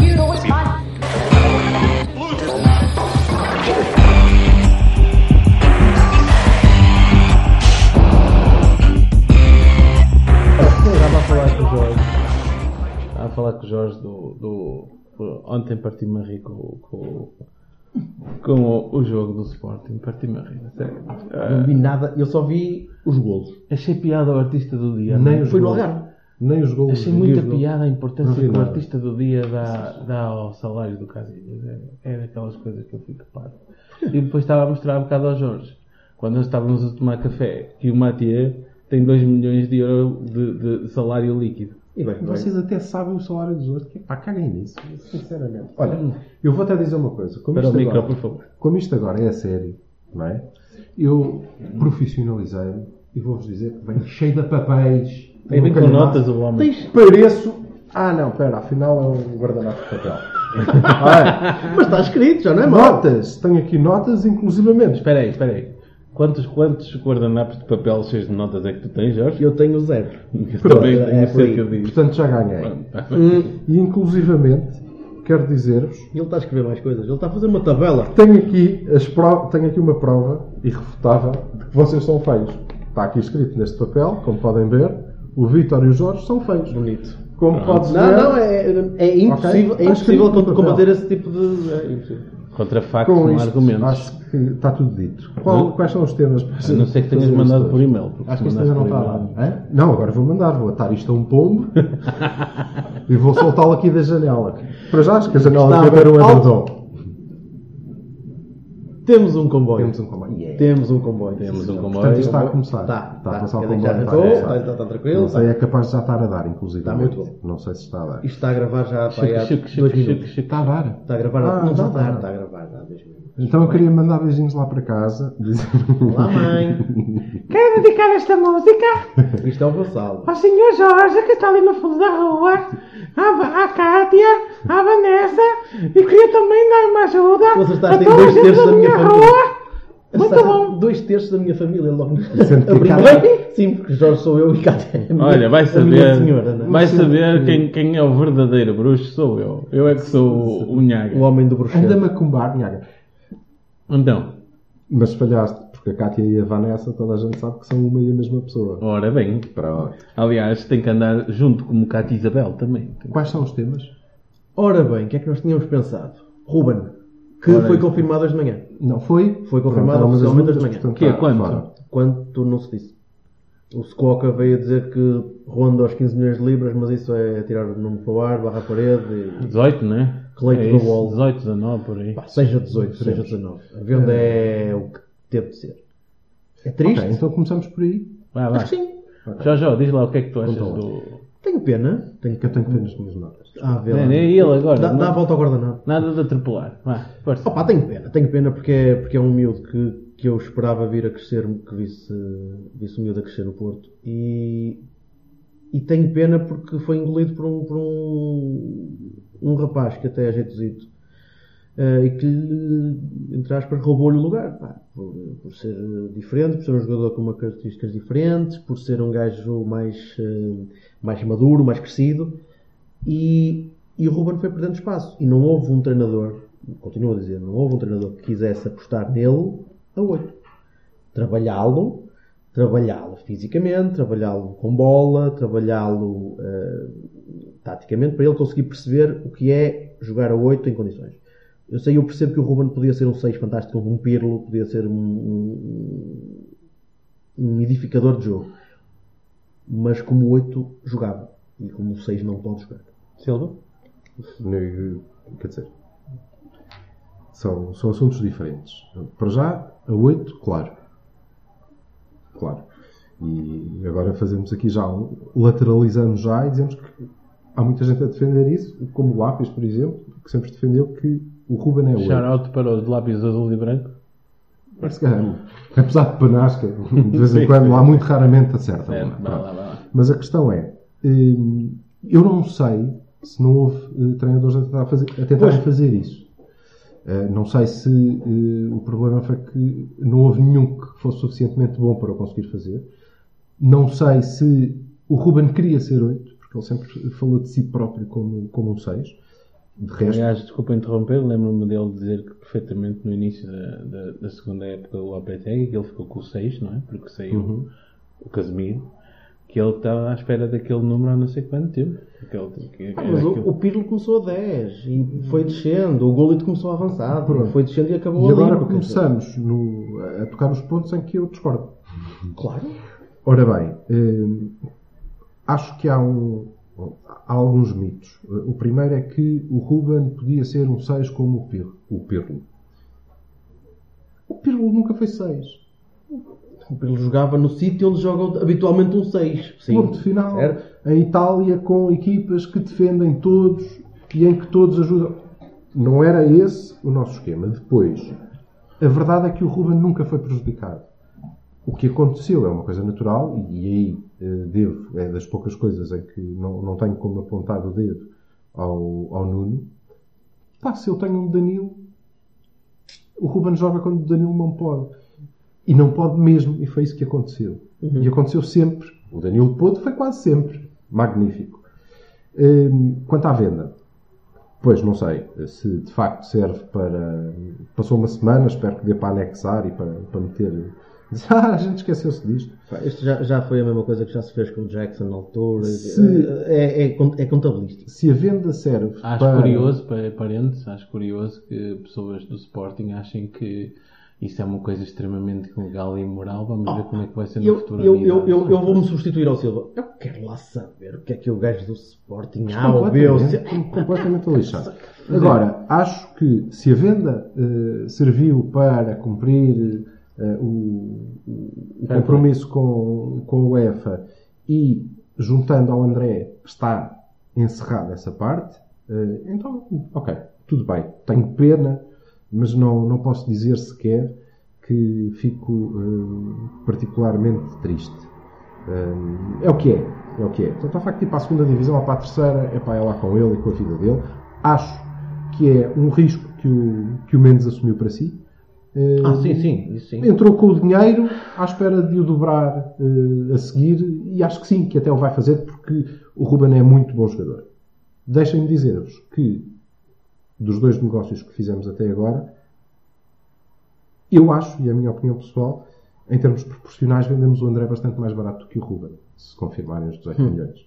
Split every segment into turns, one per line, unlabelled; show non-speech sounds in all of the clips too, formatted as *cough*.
You know what's hot?
Estava a falar com o Jorge. Estava a falar com o Jorge do. do do- ontem parti-me a rir com, com, com o, o jogo do Sporting. Parti-me a rir, a sério.
Não
Ah,
vi nada, eu só vi os golos.
achei piada ao artista do dia. né?
Nem
não.
Foi no Algarve.
Nem os gols.
Achei
nem
muita
os gols.
piada a
Não
importância
vi
que o
nada.
artista do dia dá, dá ao salário do Casilhas. É, é daquelas coisas que eu fico parvo. E depois estava a mostrar um bocado ao Jorge, quando nós estávamos a tomar café, que o Mathieu tem 2 milhões de euros de, de salário líquido.
E bem, vocês até sabem o salário dos outros. Que é pá, caguem nisso. Sinceramente. Olha,
Hum.
eu vou até dizer uma coisa. Como
Para o
isto,
micro, por
agora,
favor.
como isto agora é a sério, não é? Eu profissionalizei-me e vou-vos dizer que venho cheio de papéis.
Aí
Tenho
vem
um
com
calhamaço.
notas o homem.
Tens- Pareço. Ah, não, pera, afinal é um guardanapo de papel. Ah,
Mas está escrito, já não é
é.
mal.
notas! Tenho aqui notas, inclusivamente.
Espera aí, espera aí. Quantos, quantos guardanapos de papel cheios de notas é que tu tens, Jorge?
Eu tenho zero.
*laughs* Eu também
é,
tenho
é por aí.
cerca disso. tá
Portanto, já ganhei. E, inclusivamente, quero dizer-vos
Ele está a escrever mais coisas, ele está a fazer uma tabela.
Tenho aqui, as pro- tenho aqui uma prova irrefutável de que vocês são feios. Está aqui escrito neste papel, como podem ver, o Vítor e o Jorge são feios.
Bonito.
Como podes
Não,
ver,
não, é, é impossível,
Ok.
é impossível
Acho que-
combater esse tipo de. É impossível.
Contra factos,
com
não há
isto,
argumentos.
acho que está tudo dito. Qual-
Não.
quais são os temas?
A não ser que tenhas mandado por e-mail. porque
Acho
se
que isto
mandaste
ainda não
por
está
e-mail-
lá. Hã? Não, agora vou mandar, vou atar isto a
*laughs*
um pombo e vou soltá-lo aqui da janela. Para já, acho que a janela
Estava
aqui era um
alto.
edredom.
Temos um comboio.
Temos um comboio.
Temos um comboio.
Temos um comboio.
Portanto, isto está a começar.
Está,
está a
está.
passar o
Tá, Quer dizer, já arrancou,
comboio. está a começar.
está- está tá tranquilo,
tá, Não sei,
está.
é capaz de já estar a dar, inclusive.
Está muito bom.
Não sei se está a dar.
Isto está a gravar já pá,
Chique,
há
chique, chique,
dois
chique,
minutos.
chique.
Está a dar?
Está a gravar há-
Ah,
Não,
já
já está,
está.
está a gravar já há dois minutos.
Então eu queria mandar beijinhos lá para casa. *laughs* Dizer...
Olá, mãe.
Quero dedicar esta música
Isto é o Gonçalo.
ao Sr. Jorge, que está ali no fundo da rua, à, Va- à Cátia, à Vanessa, e queria também dar uma ajuda
Tu acertaste
a
em
toda a
assim dois
gente
terços
da
da minha
minha
família.
rua.
Ah,
Muito
Sabe,
bom.
Dois terços da minha família logo no
Sente-te
primeira. Sim, porque Jorge sou eu e Cátia. é a minha-
Olha, vai
a minha
saber,
senhora, não é?
vai saber quem, quem é o verdadeiro bruxo, sou eu. Eu é que sou o, o Nhaga.
O homem do bruxeiro.
Anda-me a combar, Niaga.
Então,
Mas falhaste, porque a Cátia e a Vanessa, toda a gente sabe que são uma e a mesma pessoa.
ora bem.
Pronto.
Aliás, tem que andar junto como Cátia Isabel também.
Quais são os temas?
Ora bem, o que é que nós tínhamos pensado? Ruben, que
Ora
foi
aí.
confirmado hoje de manhã.
Não foi?
Foi confirmado
Pronto, há umas
oficialmente
dúvidas,
hoje de manhã.
portanto,
Que é
está
quanto?
fora.
Quanto não se disse. O Skoka veio a dizer que ronda aos 15 milhões de libras, mas isso é tirar o número para o ar, barra a parede e...
18, né?
Cleito
é
do
isso,
Wall.
18, 19, por aí.
Pá, seja 18, seja 19. A venda é o que teve de ser. É triste?
Ok, então começamos por aí.
Vai, vai.
Acho que sim.
Jojo, diz lá o que é que tu achas
Conta lá.
do...
Tenho pena. Tenho
Que eu tenho que ter nas minhas notas.
Ah, vê lá.
É, é ele agora.
Dá,
não-
dá a volta ao guardanapo.
Nada de atropelar. Vá, força.
Opa, tenho pena. Tenho pena porque é, porque é um miúdo que, que eu esperava vir a crescer, que visse, visse um miúdo a crescer no Porto. E, e tenho pena porque foi engolido por um, por um, um rapaz que até é jeitosito. eh, e que, lhe, entre aspas, roubou-lhe o lugar. pá, por, por ser eh, diferente, por ser um jogador com uma características diferentes, por ser um gajo mais, eh, mais maduro, mais crescido e, e o Ruben foi perdendo espaço. E não houve um treinador, continuo a dizer, não houve um treinador que quisesse apostar nele a 8. Trabalhá-lo, trabalhá-lo fisicamente, trabalhá-lo com bola, trabalhá-lo eh, taticamente, para ele conseguir perceber o que é jogar a 8 em condições. Eu sei, eu percebo que o Ruben podia ser um 6 fantástico, um Pirlo, podia ser um- um- um edificador de jogo. Mas como 8 jogava. E como 6 não pode jogar.
Silva?
No- Quer dizer, são, são assuntos diferentes. Para já, a 8, claro. Claro. E agora fazemos aqui já, um- lateralizamos já e dizemos que há muita gente a defender isso, como o Lápis, por exemplo, que sempre defendeu que O Ruben é o 8.
Shout out para os lápis azul e branco.
Parece que é, apesar de panasca, de
*laughs*
vez em quando, lá muito raramente acerta.
É,
não é?
vai lá,
Pronto.
vai lá.
Mas a questão é, hum, eu não sei se não houve eh, treinadores a tentar fazer, a tentarem fazer isso. Eh, não sei se eh, o problema foi que não houve nenhum que fosse suficientemente bom para o conseguir fazer. Não sei se o Ruben queria ser 8, porque ele sempre falou de si próprio como, como um 6. De resto,
Aliás, desculpa interromper, lembro-me dele dizer que perfeitamente no início da, da, da segunda época do Lopetegui, que ele ficou com o 6, não é? Porque saiu o Casemiro, que ele estava à espera daquele número há não sei quanto tempo. Aquele, que,
Ah,
é
era
mas o,
aquele-
o Pirlo começou a 10 e foi descendo. O Gullit começou a avançar.
Pronto.
Foi descendo e acabou ali,
E agora
quer dizer.
começamos no- a tocar nos pontos em que eu discordo.
Claro.
Ora bem, hum, acho que há, um- há alguns mitos. O primeiro é que o Ruben podia ser um 6 como o Pirlo. O Pirlo, o Pirlo nunca foi 6.
O Pirlo jogava no sítio onde jogam habitualmente um 6. Sim.
Ponto final.
Certo?
Em Itália, com equipas que defendem todos e em que todos ajudam. Não era esse o nosso esquema. Depois, a verdade é que o Ruben nunca foi prejudicado. O que aconteceu é uma coisa natural e aí eh, devo, é das poucas coisas em que não, não tenho como apontar o dedo ao, ao Nuno. Pá, se eu tenho um Danilo, o Ruben joga quando o Danilo não pode. E não pode mesmo, e foi isso que aconteceu.
Uhum.
E aconteceu sempre. O Danilo pôde, foi quase sempre. Magnífico. Hum, quanto à venda, pois não sei se de facto serve para. Passou uma semana, espero que dê para anexar e para, para meter. *laughs* Ah, a gente esqueceu-se disto.
Pá, Isto já, já foi a mesma coisa que já se fez com o Jackson na altura.
Se-
É, é, con- é contabilístico.
Se a venda serve
Acho
para.
curioso, para parentes, acho curioso que pessoas do Sporting achem que isso é uma coisa extremamente legal e imoral. Vamos ver como é que vai ser no
Oh, Eu,
futuro.
eu,
amigo.
eu, eu, eu vou-me substituir ao Silva. Eu quero lá saber o que é que o gajo do Sporting
Ah,
A ou B ou C.
completamente, é completamente lixado. Agora, acho que se a venda eh, serviu para cumprir eh, o, o- o
Fair
compromisso com, com o UEFA e juntando ao André está encerrada essa parte, eh, então, ok, tudo bem. Tenho pena, mas não, não posso dizer sequer que fico eh, particularmente triste. Hum, é o que é. É o que é. Portanto, o facto de ir para a segunda divisão ou para a terceira, é para é lá com ele e com a vida dele. Acho que é um risco que o, que o Mendes assumiu para si. Hum,
Ah, sim, sim. Isso sim.
Entrou com o dinheiro à espera de o dobrar eh, a seguir e acho que sim, que até o vai fazer porque o Ruben é muito bom jogador. Deixem-me dizer-vos que dos dois negócios que fizemos até agora, eu acho, e é a minha opinião pessoal, em termos proporcionais, vendemos o André bastante mais barato do que o Ruben, se confirmarem os 18 milhões.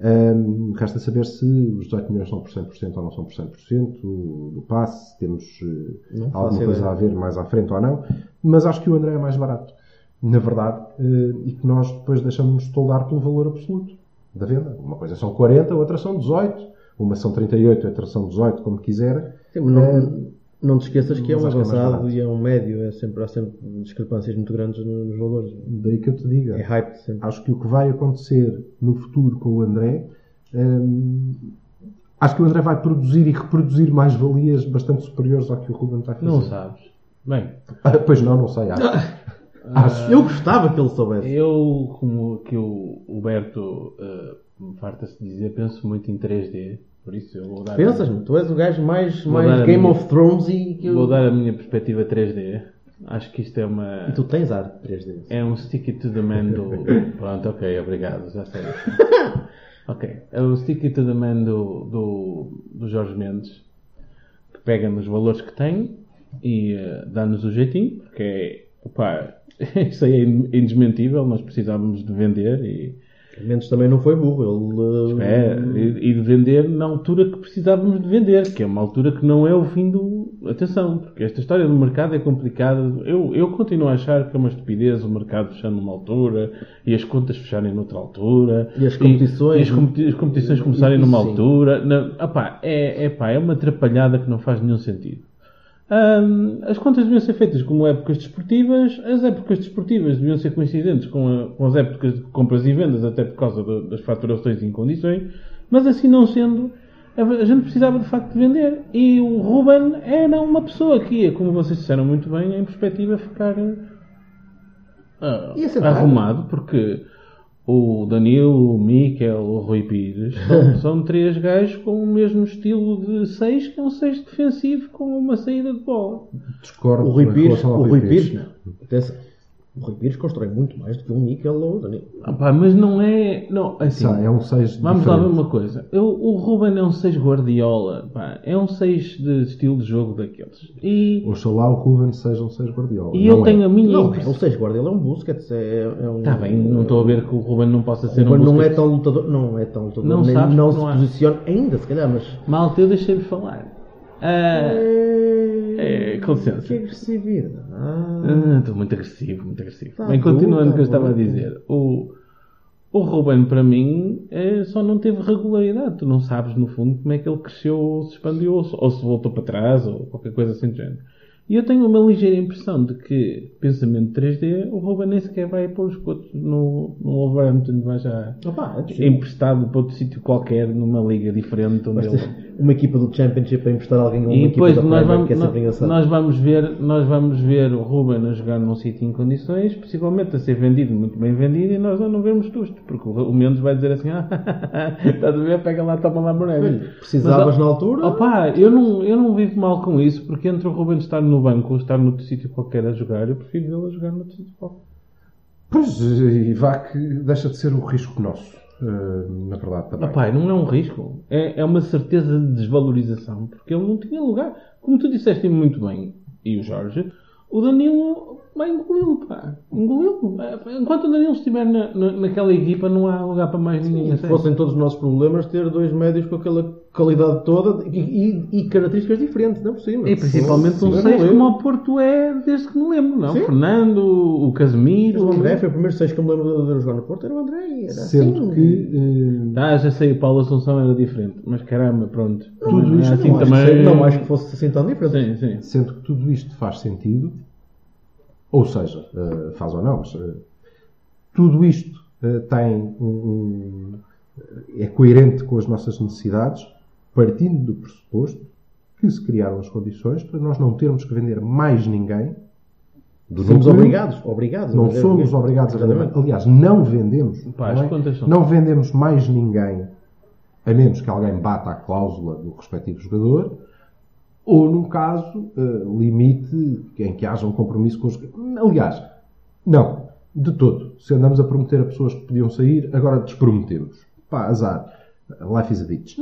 Hum, resta saber se os 18 milhões são por 100% ou não são por 100% do passe, se temos eh,
Não faço
alguma
ideia.
coisa a ver mais à frente ou não, mas acho que o André é mais barato, na verdade, eh, e que nós depois deixamos toldar pelo valor absoluto da venda. Uma coisa são 40, outra são 18, uma são 38, outra são 18, como quiser.
Sim, mas não,
É,
não te esqueças que é
mas
um
acho que é mais
avançado
barato.
e é um médio. É sempre, há sempre discrepâncias muito grandes no- nos valores.
Daí que eu te diga.
É hype sempre.
acho que o que vai acontecer no futuro com o André, hum, acho que o André vai produzir e reproduzir mais valias bastante superiores ao que o Ruben vai fazer.
Não sabes. Bem,
*laughs* Ah, pois não, não sei. Acho.
Ah.
acho.
Eu gostava que ele soubesse.
Eu, como que o Huberto eh, me farta-se de dizer, penso muito em 3D, por isso eu vou dar,
Pensas-me, tu és o gajo mais,
Vou dar
mais
a
Game
minha.
of Thrones e que eu...
vou dar a minha perspectiva 3D. Acho que isto é uma.
E tu tens arte de 3D.
É um stick it to the man do.
*laughs*
Pronto, ok, obrigado, já sei. ok, é um stick it to the man do, do, do Jorge Mendes, que pega nos valores que tem e eh, dá-nos o jeitinho, porque é. Pá, *laughs* isso aí é in- indesmentível, nós precisávamos de vender e.
Mendes também não foi burro. Ele. uh,
É, e, e de vender na altura que precisávamos de vender, que é uma altura que não é o fim do. Atenção, porque esta história do mercado é complicada. Eu, eu continuo a achar que é uma estupidez o mercado fechar numa altura e as contas fecharem noutra altura
E as competições-
e as, competi- as competições começarem
Isso
numa
sim.
altura. Não, opá, é, é, pá, é uma atrapalhada que não faz nenhum sentido. Hum, as contas deviam ser feitas como épocas desportivas. As épocas desportivas deviam ser coincidentes com, a- com as épocas de compras e vendas, até por causa do- das faturações em condições. Mas assim não sendo, a a gente precisava de facto de vender. E o Ruben era uma pessoa que ia, como vocês disseram muito bem, em perspectiva ficar ah,
Ia ser
arrumado, porque o Danilo, o Miquel, o Rui Pires
*laughs*
são, são três gajos com o mesmo estilo de seis, que é um seis defensivo com uma saída de bola.
Discordo
O Rui
em
Pires,
relação ao
o Rui Pires, né? não. Atenção. O Rui Pires constrói muito mais do que um Níquel ou o Danilo.
Ah, pá, mas não é. Não, assim,
Sim, é um 6
Vamos lá
diferente.
ver uma coisa. Eu- o Ruben é um 6 Guardiola. pá. é um 6 de estilo de jogo daqueles. E,
Oxalá o Ruben seja um 6 Guardiola.
e
Não
eu
é.
tenho a minha
Não, é
impressão.
um seis guarda, ele é um Busquets, é, é um...
Está Tá bem, não estou a ver que o Ruben não possa ser
Mas
um
não é
Busquets.
tão lutador, não é tão lutador,
Não
nem-
sabes
não
que
se
não há.
posiciona ainda, se calhar, mas...
Malta, eu deixei-vos falar. Ah, é, com licença.
Que agressividade.
Ah, Estou muito agressivo, muito agressivo.
Tá
Bem,
bom,
continuando o
tá
que eu estava
bom.
a dizer, o, o Ruben, para mim, eh, só não teve regularidade. Tu não sabes, no fundo, como é que ele cresceu ou se expandiu ou se, ou se voltou para trás ou qualquer coisa assim do género. E eu tenho uma ligeira impressão de que, pensamento 3D, o Ruben nem sequer vai pôr os cotos no, no Wolverhampton, vai já
Opa, é possível.
emprestado para outro sítio qualquer, numa liga diferente. Onde
Basta
ele...
uma equipa do Championship a emprestar alguém a uma
E
equipa
depois
da
nós
Premier,
vamos,
que é sempre
nós,
engraçado.
nós vamos ver, nós vamos ver o Ruben a jogar num sítio em condições, possivelmente a ser vendido, muito bem vendido, e nós não, não vemos tusto, porque o, o Mendes vai dizer assim, ah, *laughs* estás a ver, pega lá, toma lá Moreira.
Olha, precisavas na altura?
Opa, eu não, eu não vivo mal com isso, porque entre o Ruben estar no banco ou estar noutro sítio qualquer a jogar, eu prefiro vê-lo a jogar noutro sítio qualquer.
Pois, e vá que deixa de ser o risco nosso. eh, na verdade, também.
Opa, não é um risco, é, é uma certeza de desvalorização, porque ele não tinha lugar. Como tu disseste muito bem, e o Jorge, o Danilo vai engoli-lo, pá. Engoliu. Enquanto o Danilo estiver na, na- naquela equipa, não há lugar para mais ninguém. a
Se um
sério.
fossem todos os nossos problemas, ter dois médios com aquela qualidade toda e, e- e características diferentes, não é por cima.
E principalmente um
Sim,
6
sim.
como o Porto é desde que me lembro, não?
Sim.
Fernando, o Casemiro.
O André foi o primeiro 6 que eu me lembro de ver jogar no Porto, era o André. e Era
Sendo
assim.
que. eh,
Ah, já sei, o Paulo Assunção era diferente, mas caramba, pronto.
Tudo
Também não é
isto
Não, acho que se- não acho que fosse assim tão diferente.
Sim, sim.
sendo que tudo isto faz sentido, ou seja, eh, faz ou não, mas eh, tudo isto eh, tem um- um- é coerente com as nossas necessidades, partindo do pressuposto que se criaram as condições para nós não termos que vender mais ninguém do
Somos
núcleo.
obrigados, obrigados.
Não
mas é-
somos obrigados a vender.
Exatamente.
Aliás, não vendemos.
Pá,
não,
as
é?
contas são-
Não vendemos mais ninguém, a menos que alguém bata a cláusula do respectivo jogador, ou num caso eh, limite em que haja um compromisso com os. Aliás, não, de todo. Se andamos a prometer a pessoas que podiam sair, agora desprometemos. Pá, azar. Life is a bitch.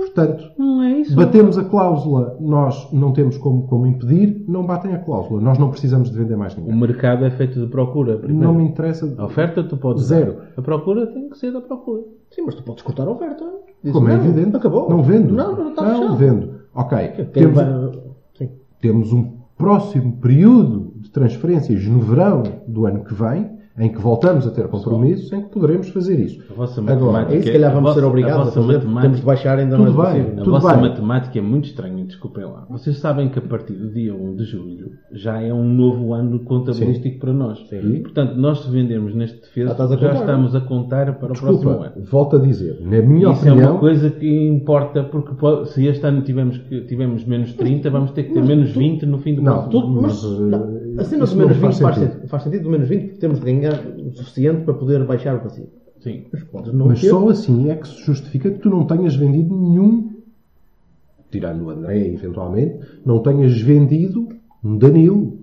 Portanto,
Não é isso.
batemos a cláusula, nós não temos como, como impedir, não batem a cláusula. Nós não precisamos de vender mais
O
ninguém.
mercado é feito de procura, primeiro.
Não me interessa.
A oferta é tu podes
Zero.
dar. A procura tem que ser da procura.
Sim, mas tu podes cortar a oferta. Dizes,
Como é
não,
evidente.
Acabou.
Não vendo.
Não, não está fechado.
vendo. Ok.
Quem
Temos,
vai- Sim.
temos um próximo período de transferências no verão do ano que vem, em que voltamos a ter compromissos, em que poderemos fazer isso.
A vossa
Agora,
matemática. é-
Aí É se calhar vamos
a vossa-
ser obrigados
a
a,
vossa
fazer,
matemática-
temos de baixar ainda
Tudo
mais
bem.
possível.
A
Tudo
vossa
bem.
matemática é muito estranha, desculpem lá. Vocês sabem que a partir do dia 1 de julho já é um novo ano contabilístico para nós.
Sim.
Portanto, nós se vendermos neste
Já
defesa,
estás a
já
contar.
estamos a contar para o próximo
Desculpa,
ano.
volto a dizer, na minha
Isso é
opinião,
uma coisa que importa, porque po- se este ano tivermos, que- tivemos menos 30, vamos ter que ter menos 20 no fim do
Não,
próximo
Tudo, mas,
Mas,
não,
eh,
a cena
isso
do menos 20
não faz
faz
sentido.
sentido. faz sentido do menos 20 porque temos de ganhar o suficiente para poder baixar o passivo.
ano. Sim.
Mas podes não
mas
ter.
só assim é que se justifica que tu não tenhas vendido nenhum, tirando o André eventualmente, não tenhas vendido um Danilo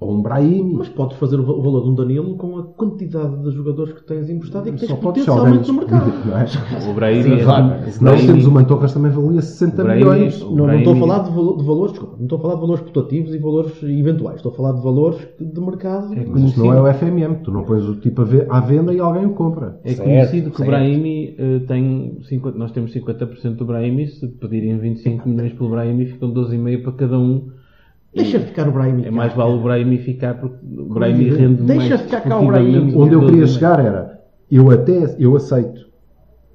ou um Brahim.
Mas podes fazer o va- o valor de um Danilo com a quantidade de jogadores que tens emprestado e que tens
só pode ser alguém
potencialmente no mercado.
despedir, *laughs* não é?
O Brahim é- o
Claro, nós
Brahim-
temos o Mantorras também valia 60
Brahim-
milhões.
o
Não, não
Brahim-
estou a falar de, valo- de valores, desculpa, não estou a falar de valores putativos e valores eventuais. Estou a falar de valores que- de mercado.
Mas isto não é o FMM, tu não pões o tipo a ve- à venda e alguém o compra.
É
Certo,
conhecido que o
certo.
Brahimi eh, tem 50, nós temos 50% do Brahimi, se pedirem 25 milhões pelo Brahimi, ficam 12,5 para cada um.
Deixa ficar o Brahim.
É mais vale o Brahimi ficar porque o Brahimi rende
Deixa
mais.
ficar cá o Brahimi.
desportivamente do
Onde eu
que
queria
12,5.
chegar era, eu até eu aceito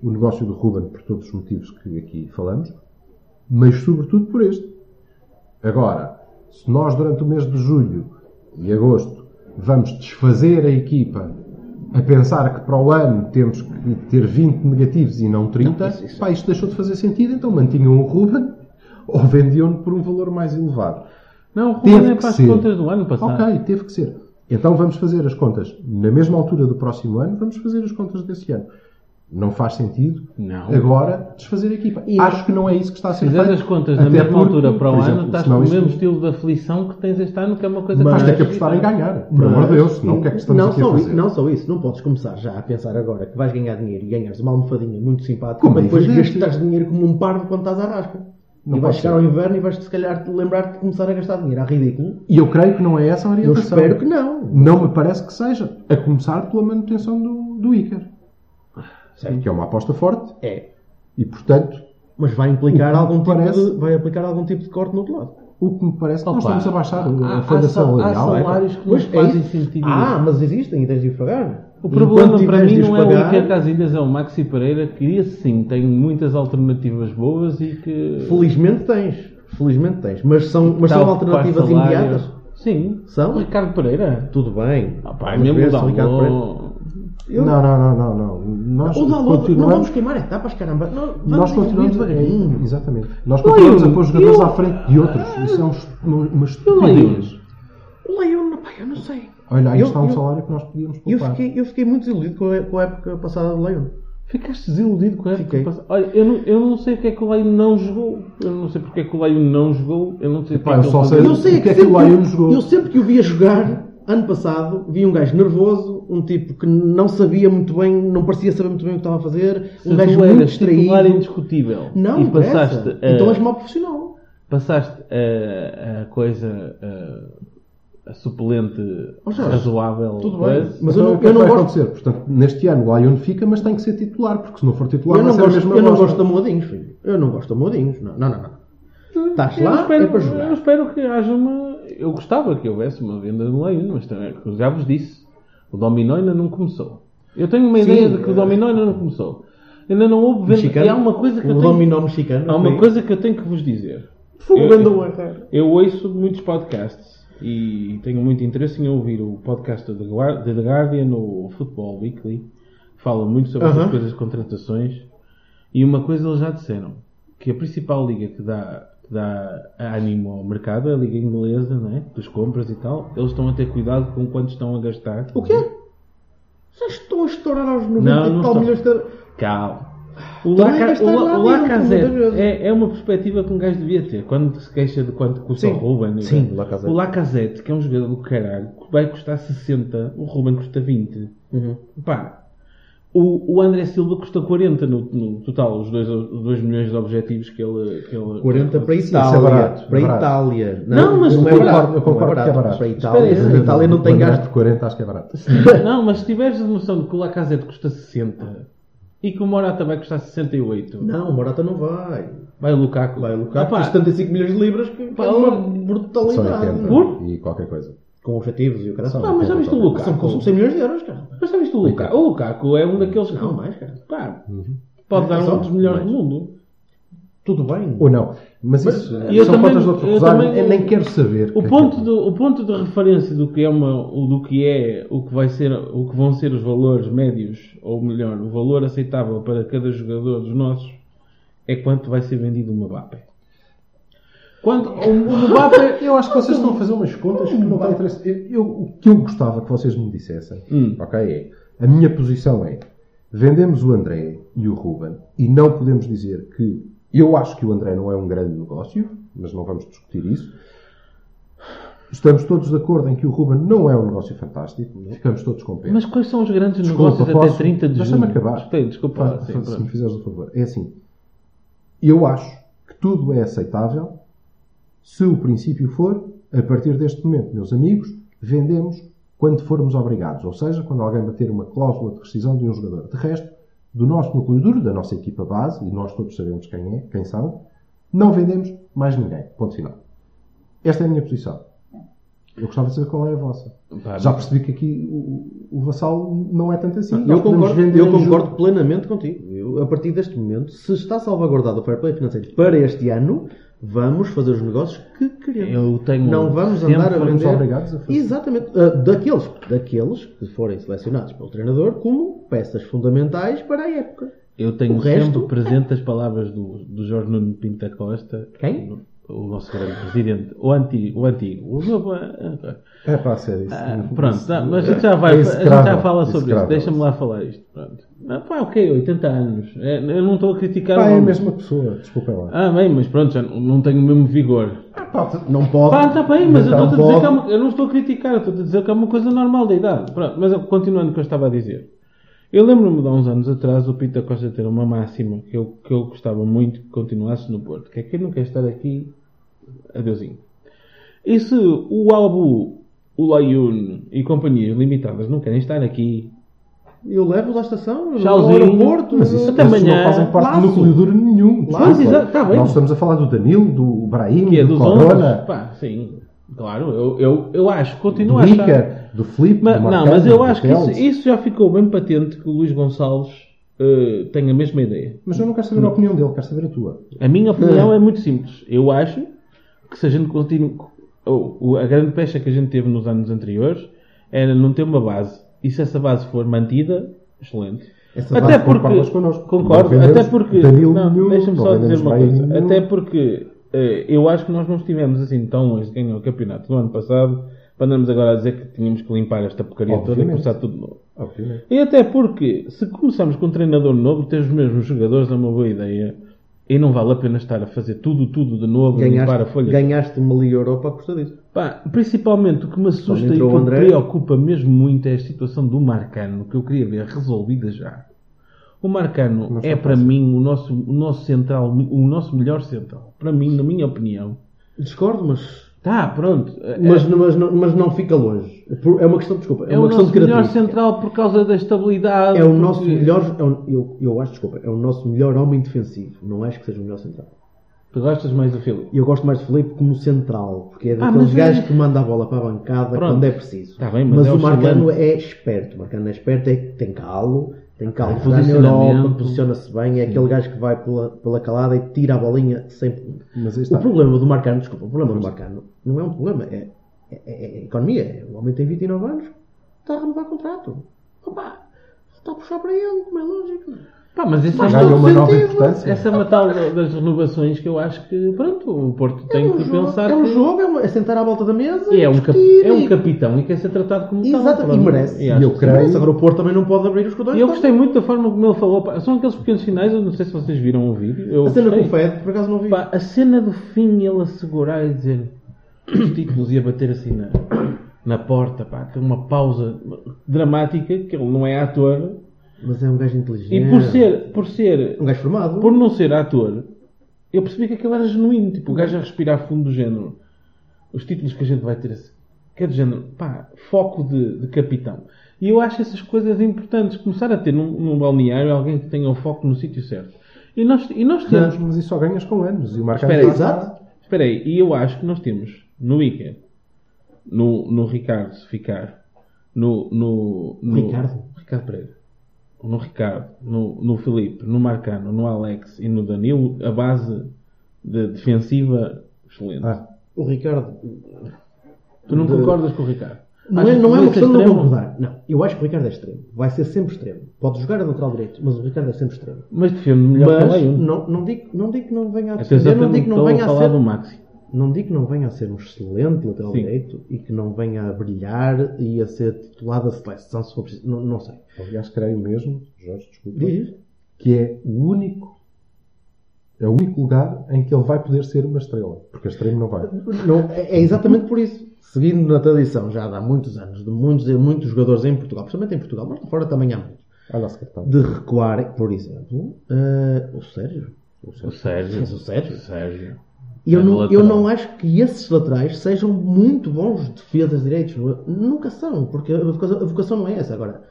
o negócio do Ruben por todos os motivos que aqui falamos, mas sobretudo por este. Agora, se nós durante o mês de julho e agosto vamos desfazer a equipa a pensar que para o ano temos que ter 20 negativos e não 30, pá, isto deixou de fazer sentido, então mantinham o Ruben *laughs* ou vendiam-no por um valor mais elevado.
Não, o
Teve
Ruben é
que
para as
ser.
contas do ano passado.
Ok, teve que ser. Então vamos fazer as contas na mesma altura do próximo ano, vamos fazer as contas desse ano. Não faz sentido
Não.
agora desfazer a equipa. Acho que não é isso que está a
Se
ser feito.
fizeres as contas na
até
mesma
porque,
altura para o
por
ano,
exemplo,
estás com
senão
o
isto-
mesmo tipo estilo de aflição que tens este ano, que é uma coisa
Mas
que
tem que apostar em ganhar, pelo amor de Deus, senão o que é que estamos
não
aqui a
só
fazer?
Isso, não só isso, não podes começar já a pensar agora que vais ganhar dinheiro e ganhares uma almofadinha muito simpática
Como
para
é
depois
evidente.
gastares dinheiro como um parvo quando estás à rasca.
Não
e vais
pode
chegar
ser.
ao inverno e vais se calhar te lembrar de começar a gastar dinheiro. Há ridículo.
E eu creio que não é essa a
Eu
orientação.
espero que não.
Não me parece que seja. A começar pela manutenção do, do Iker.
Ah,
Que é uma aposta forte
É.
e, portanto,
Mas vai implicar
O que
algum tipo
parece-
de. Vai aplicar algum tipo de corte no outro lado.
o que me parece que nós
Opa,
estamos a baixar
há-
a, é
há
a folha
sal- há
salarial.
salários que não
Pois,
fazem
É isso.
sentido.
Ah, mas existem e tens de os pagar.
O problema
Enquanto
para
tiveres
mim
de os
não é o
pagar,
Iker Casilhas, é o Maxi Pereira, que esse sim tem muitas alternativas boas e que.
Felizmente tens. Felizmente tens. Mas são, mas
está
são
a ocupar
alternativas
salários.
imediatas.
Sim.
São?
O Ricardo Pereira.
Tudo bem.
Ah, pá, é
Mas
mesmo
vê-se
o
o Ricardo Pereira.
Dalot.
Não, não, não, não, não. Nós
O download, não
continuamos,
vamos queimar etapas, caramba. Não, vamos
nós
evoluir
continuamos
devagarinho.
Exatamente. Nós continuamos
Leio,
a pôr jogadores
eu-
à frente de outros. Isso é um est- uma, uma
Eu leio.
estupidez.
O Leão, pá, eu não sei.
Olha, aí
Eu-
está um
eu-
salário que nós podíamos
Eu
poupar.
fiquei, eu fiquei muito desiludido com a, com a época passada do Leão.
Ficaste desiludido com a época
Fiquei.
passada. Olha, eu não, eu não sei porque é que o Leio não jogou. Eu não sei porque é que o Leio não jogou. Eu não sei
Epá,
porque é que
eu
ele
só
fazia-
sei-
Eu sei
O que é que
sempre
o Leão jogou?
Eu sempre que o via jogar, ano passado, vi um gajo nervoso, um tipo que não sabia muito bem, não parecia saber muito bem o que estava a fazer,
Se
um gajo
tu
muito
eras titular
distraído.
indiscutível
Não,
e passaste eh,
interessa.
a-
Então és mau profissional.
passaste a, a coisa a, a suplente
Ó, Oh, Jorge,
razoável
tudo
coisa.
bem, mas
Então,
eu
o
não,
que é
eu
que
não
vai
gosto.
acontecer? Portanto, neste ano o Lyon fica, mas tem que ser titular, porque se não for titular,
Eu
vai
não
ser a
gosto,
mesma
eu não
bosta.
gosto de amoadinhos, filho. Eu não gosto de amoadinhos. Não, não, não. não. Estás
eu
lá,
espero,
é para jogar.
eu espero que haja uma eu gostava que houvesse uma venda do Leino mas também eu já vos disse o dominó ainda não começou eu tenho uma
Sim,
ideia de que o
é.
dominó ainda não começou ainda não houve venda
Mexicano?
e há uma coisa que eu
o
tenho
dominó mexicano.
há uma
foi-
coisa que eu tenho que vos dizer
Fogo
Eu-
vendo o arreio.
Eu ouço muitos podcasts e tenho muito interesse em ouvir o podcast do The Guar- de The Guardian, o Football Weekly. Fala muito sobre
Aham.
essas coisas de contratações. E uma coisa eles já disseram, que a principal liga que dá, que dá ânimo ao mercado é a liga inglesa, né? dos compras e tal. Eles estão a ter cuidado com quanto estão a gastar.
O é quê? Já estou a estourar aos 90
Não,
e
não
tal
estou.
milhões de euros.
Calma. O
Também
Laca-
gastar
o La-
é lá
o
dentro, muitas
Lacazette
vezes.
é, é uma perspectiva que um gajo devia ter quando se queixa de quanto custa
Sim.
o Ruben.
Sim,
o
o
Lacazette.
Lacazette.
que é um jogador do caralho, que vai custar 60, o Ruben custa 20. Pá, o, o André Silva custa 40 no, no total, os 2 milhões de objetivos que ele. Que ele
40 para
é
Itália.
barato,
para
é barato.
Itália.
Não, mas
não
eu
é
concordo-
barato.
eu concordo
não
que é barato.
Para Itália,
Espera aí,
a Itália não tem
Quando
gasto.
por 40, acho que é barato.
Não, mas se tiveres a noção de que o Lacazette custa 60 e que o Morata vai custar 68,
Não, o Morata não vai.
vai o Lukaku.
Vai o Lukaku.
Ah, pá,
Custa 75 milhões de libras, que é uma
Só
brutalidade.
80
Por-
e qualquer coisa.
Com objetivos e o cara
Só
Não, mas já viste o
São com
Lukaku?
100 milhões de euros, cara.
Mas já viste o Lukaku? O Lukaku é um daqueles que.
Não, mais, cara.
Pá, pode dar
Só-
um dos melhores
mais.
do mundo.
Tudo bem.
Ou não. Mas isso
e eu
são
também-
contas de outro
eu
rosário.
também-
Eu nem quero saber. é
O ponto, do, o ponto de referência do que é uma, o do que é, o que vai ser, o que vão ser os valores médios, ou melhor, o valor aceitável para cada jogador dos nossos, é quanto vai ser vendido o Mbappé. Quanto, o,
é.
o Mbappé,
Eu acho que vocês estão a fazer umas contas que não dá interesse. Eu- eu- o que eu gostava que vocês me dissessem,
Hum.
ok, é... A minha posição é... Vendemos o André e o Ruben e não podemos dizer que... Eu acho que o André não é um grande negócio, mas não vamos discutir isso. Estamos todos de acordo em que o Ruben não é um negócio fantástico. é? Ficamos todos com pena.
mas quais são os grandes
Desculpa,
negócios
posso?
até 30 de junho?
Deixa-me acabar.
Espera, desculpa.
Fa-
lá, sim,
fa- se
pronto.
me fizeres um favor. É assim. Eu acho que tudo é aceitável se o princípio for, a partir deste momento, meus amigos, vendemos quando formos obrigados. Ou seja, quando alguém bater uma cláusula de rescisão de um jogador. De resto, do nosso núcleo duro, da nossa equipa base, e nós todos sabemos quem é, quem são, não vendemos mais ninguém. Ponto final. Esta é a minha posição. Eu gostava de saber qual é a vossa.
Tá
Pá,
Já percebi que aqui o, o vassal não é tanto assim. Nós
Eu
podemos
concordo,
vender
eu
um
concordo
jogo-
plenamente contigo. Eu, a partir deste momento, se está salvaguardado o fair play financeiro para este ano, Vamos fazer os negócios que
É
queremos.
Eu tenho
Não vamos
sempre
andar a
fomos
vender.
obrigados a fazer.
Exatamente. Ah, daqueles, daqueles que forem selecionados pelo treinador como peças fundamentais para a época.
Eu tenho
O resto-
sempre presente as palavras do, do Jorge Nuno Pinto da Costa.
Quem?
O nosso grande presidente. O antigo. O antigo. O novo, ah,
É para ser isso.
ah,
Não-
pronto,
isso-
não, mas a gente já vai.
É
a gente já
execrável,
fala sobre isso.
execrável.
Deixa-me lá falar isto. Pronto. Ah, pá, ok, 80 anos. É, eu não estou a criticar.
Pá,
o
é a
homem.
mesma pessoa, desculpem lá.
Ah, bem, mas pronto, já não, não tenho o mesmo vigor.
Ah, Não pode.
Pá, está Ah, tá bem, mas eu estou
Então
a dizer
pode.
que é uma, Eu não estou a criticar, estou a dizer que é uma coisa normal da idade. Pronto, mas eu- continuando o que eu estava a dizer. Eu lembro-me de há uns anos atrás o Pita Costa ter uma máxima que eu, que eu gostava muito que continuasse no Porto, que é quem não quer estar aqui, adeusinho. E se o Albu, o Layun e companhias limitadas não querem estar aqui,
Eu levo-os à estação, eu ao
Tchauzinho.
aeroporto.
Mas isso,
Até
esses
amanhã.
não fazem parte
Laço.
do núcleo duro nenhum.
Laço,
desculpa.
é exato, tá bem.
Nós estamos a falar do Danilo, do Brahim,
que é
do
dos outros,
Corona,
pá, sim, claro, eu, eu, eu acho, continuo
do
a achar.
Ica, do Filipe,
Mas-
do
não,
Marcano,
mas eu
do
acho que isso,
Teles.
isso já ficou bem patente que o Luís Gonçalves eh, tem a mesma ideia.
Mas eu não quero saber a opinião dele, quero saber a tua.
A minha
Hum.
opinião é muito simples. Eu acho que se a gente continua. ou, o- a grande pecha que a gente teve nos anos anteriores era não ter uma base. E se essa base for mantida, excelente.
Essa base concordas connosco.
Concordo,
Não vendemos
até porque.
Danilo
não,
nenhum,
deixa-me
não
só dizer
vendemos
uma
Brahim
coisa.
nenhum.
Até porque eh, eu acho que nós não estivemos assim tão longe de ganhar o campeonato do ano passado para andarmos agora a dizer que tínhamos que limpar esta porcaria toda e
Obviamente.
começar tudo de novo.
Obviamente.
E até porque, se começarmos com um treinador novo, ter os mesmos jogadores é uma boa ideia. E não vale a pena estar a fazer tudo, tudo de novo, limpar a
Ganhaste,
folha.
ganhaste uma Liga Europa à custa disso.
Pá, principalmente o que me assusta e que
entrou o
me
André.
preocupa mesmo muito é a situação do Marcano, que eu queria ver resolvida já. O Marcano é para mim o nosso, o nosso central, o nosso melhor central. Para mim, na minha opinião.
Discordo, mas
Tá, pronto. É-
Mas, mas, não, mas não fica longe. Por- É uma questão, desculpa, é,
é
uma
o
questão de
nosso melhor
característica.
central por causa da estabilidade.
É o nosso
porque-
melhor, é o- eu, eu acho, desculpa, é o nosso melhor homem defensivo. Não acho que seja o melhor central.
Tu gostas mais do Filipe?
E eu gosto mais de Felipe como central, porque é
mas
daqueles
é-
gajos que manda a bola para a bancada
Pronto.
quando é preciso.
Tá bem, mas é
o
o
Marcano
segundo.
é esperto. O Marcano é esperto, é que tem calo, tem calo.
Tem
Está na
posicionamento.
Europa, posiciona-se bem, é aquele gajo que vai pela, pela calada e tira a bolinha sempre.
Mas
O
aí está.
problema do Marcano, desculpa, o problema do Marcano não é um problema, é, é- é- é economia. O homem tem 29 anos, está a renovar contrato. Opa, está a puxar para ele, como é lógico.
Pá, mas isso é
Mas
uma-
Ganha
todo
uma nova
sentido.
importância.
Essa é uma tal das renovações que eu acho que, pronto, o Porto
é
tem
um
que
jogo,
pensar
é um
que
jogo, é, uma- é sentar à volta da mesa.
E é um, cap-
discutir
é um
e-
capitão e quer ser tratado como um tal.
Exatamente,
Pronto.
e merece.
E Então, acho
E eu
que sim.
creio. Merece. Agora o Porto também não pode abrir os cordões.
E eu
tá?
gostei muito da forma como ele falou. pá, São aqueles pequenos sinais, eu não sei se vocês viram o vídeo. Eu
A cena
gostei.
com o Fed, por acaso não vi.
Pá, a cena do fim, ele a segurar e dizer os títulos e a bater assim na, na porta, pá, tem uma pausa dramática, que ele não é ator.
Mas é um gajo inteligente.
E por ser, por ser
Um gajo formado.
por não ser ator, eu percebi que aquilo era genuíno. Tipo, o gajo a respirar fundo do género. Os títulos que a gente vai ter assim. Que é do género, pá, foco de, de capitão. E eu acho essas coisas importantes. Começar a ter num, num balneário alguém que tenha o foco no sítio certo. E nós, e nós temos.
Anos, mas isso só ganhas com anos. E o Marcano
Espera aí,
faz nada.
Exato.
Espera aí, e eu acho que nós temos no Iker, no, no Ricardo, se ficar, no. no, no
Ricardo?
Ricardo Pereira. No Ricardo, no, no Felipe, no Marcano, no Alex e no Danilo, a base de defensiva excelente.
Ah,
O Ricardo.
tu não
de-
concordas com o Ricardo?
Não
Achas
é,
que
não é
devia
uma
ser
questão de não
extremo?
concordar. Não, eu acho que o Ricardo é extremo. Vai ser sempre extremo. Pode jogar a lateral direito, mas o Ricardo é sempre extremo.
Mas defende melhor que É o
Mas
Leão.
não, não, digo, não digo que não venha a defender,
Atenção,
não digo que não
estou
venha
a
a
falar
ser.
do Maxi.
Não digo que não venha a ser um excelente lateral
Sim.
direito e que não venha a brilhar e a ser titular da seleção se for preciso. Não, não sei.
aliás, creio mesmo, Jorge, desculpa,
Diz.
que é o único. É o único lugar em que ele vai poder ser uma estrela. Porque a estrela não vai.
Não, é é exatamente por isso. Seguindo na tradição já de há muitos anos, de muitos, de muitos jogadores em Portugal, principalmente em Portugal, mas lá fora também há muitos,
Olha se cartão.
de recuar, por exemplo, eh, o Sérgio.
O Sérgio.
Mas o Sérgio?
O Sérgio.
E eu
É
não,
lateral.
eu não acho que esses laterais sejam muito bons defesas direitos. Nunca são, porque a vocação, a vocação não é essa. Agora,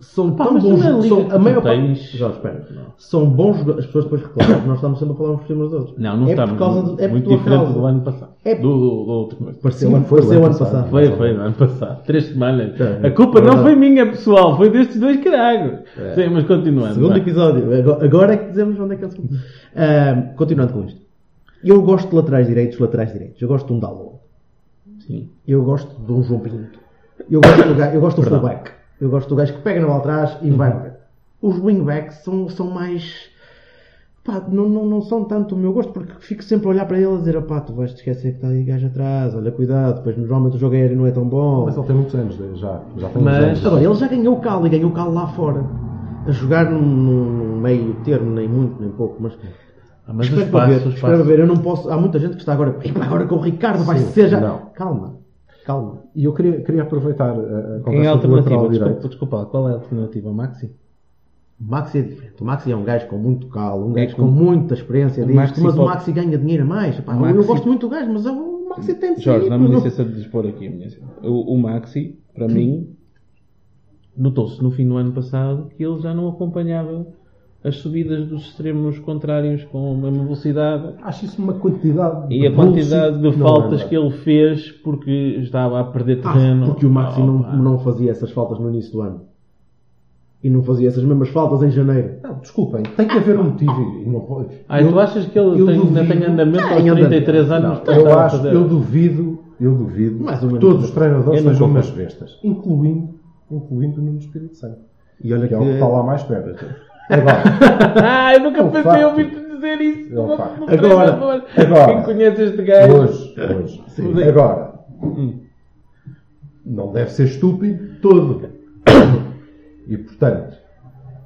são
Pá,
tão
mas
bons.
tu na liga
São,
que
a
tu
maior parte.
tens-
Jorge, espera.
Não.
São bons jogadores. As pessoas depois reclamam que nós estamos sempre a falar uns por cima dos outros.
Não, não
é
estamos.
Por causa do, é por
muito
tua
diferente
causa.
do ano passado.
É-
Do, do, do outro ano.
Pareceu,
Sim,
ano,
foi o
pareceu
ano
ano
passado.
passado.
Foi, foi, no ano passado. Três semanas.
É,
a culpa não
verdade. É.
foi minha, pessoal. Foi destes dois caralho. Sim, mas continuando.
Segundo
vai.
episódio. Agora- Agora é que dizemos onde é que eles. Ah, continuando com isto. Eu gosto de laterais direitos, laterais direitos. Eu gosto de um Dalot.
Sim.
Eu gosto de um João Pinto. Eu gosto do, ga- eu gosto do fullback. Eu gosto do gajo que pega na bola atrás e vai para dentro. Os wingbacks são, são mais. Pá, não, não, não são tanto o meu gosto, porque fico sempre a olhar para ele e dizer: pá, tu vais te esquecer que está aí gajo atrás, olha, cuidado. Depois, normalmente, o jogo aéreo não é tão bom.
Mas ele tem muitos anos, né? já, já tem
Mas-
uns anos.
Agora, ele já ganhou o calo e ganhou o calo lá fora. A jogar num, num meio termo, nem muito, nem pouco, mas.
Ah, mas o
espero
espaço,
para ver,
o
espero
espaço.
ver. Eu não posso. Há muita gente que está agora. "Epá, Agora com o Ricardo vai
Sim,
ser já.
não.
Calma, calma.
E eu queria, queria aproveitar eh, a, a
Quem é a
conversa
alternativa?
do lateral
Desculpa,
direito.
desculpa, lá, qual é a alternativa? Maxi?
O Maxi é diferente. O Maxi é um gajo com muito calo, um
É
gajo
com-
com muita experiência
O
disto,
Maxi
mas o
pode-
Maxi ganha dinheiro a mais. Epá,
O Maxi-
Eu gosto muito do gajo, mas o Maxi tem de
Jorge,
sair,
dá-me
*laughs* não-
licença de dispor aqui. minha senhora. O, o Maxi, para mim, notou-se no fim do ano passado que ele já não acompanhava as subidas dos extremos contrários com a mesma velocidade
Acho isso uma quantidade
e a
bullshit
quantidade
não
de
é
faltas
verdade.
que ele fez porque estava a perder
Ah,
terreno.
porque o Maxi não,
Opa.
não fazia essas faltas no início do ano. E não fazia essas mesmas faltas em janeiro.
Não, desculpem, tem que haver um motivo. e Não pode...
Ah,
eu,
tu achas que ele
eu
tem, ainda
duvido-
tem andamento
Ah,
aos
em andamento.
33 anos?
Não,
para
eu
estar a
acho,
fazer?
eu duvido, eu duvido
Mais ou
que
menos.
todos os treinadores
Eu não
sejam umas
concordo.
bestas, incluindo, incluindo o Nuno Espírito Santo,
E olha
que
que.
é o que está lá mais perto. Agora,
Ah, eu nunca
É um
pensei em
facto.
ouvir-te dizer isso.
É um
Não-
facto.
não
Agora,
treinador.
agora.
Quem conhece este gajo?
hoje, hoje. Agora, não deve ser estúpido todo. *coughs* E portanto,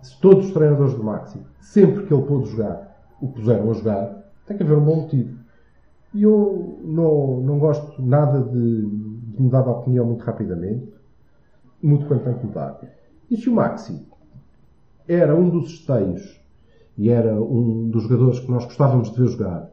se todos os treinadores do Maxi, sempre que ele pôde jogar, o puseram a jogar, tem que haver um bom motivo. E eu não, não gosto nada de, de mudar de opinião muito rapidamente, muito quanto tem que mudar. E se o Maxi era um dos esteios e era um dos jogadores que nós gostávamos de ver jogar,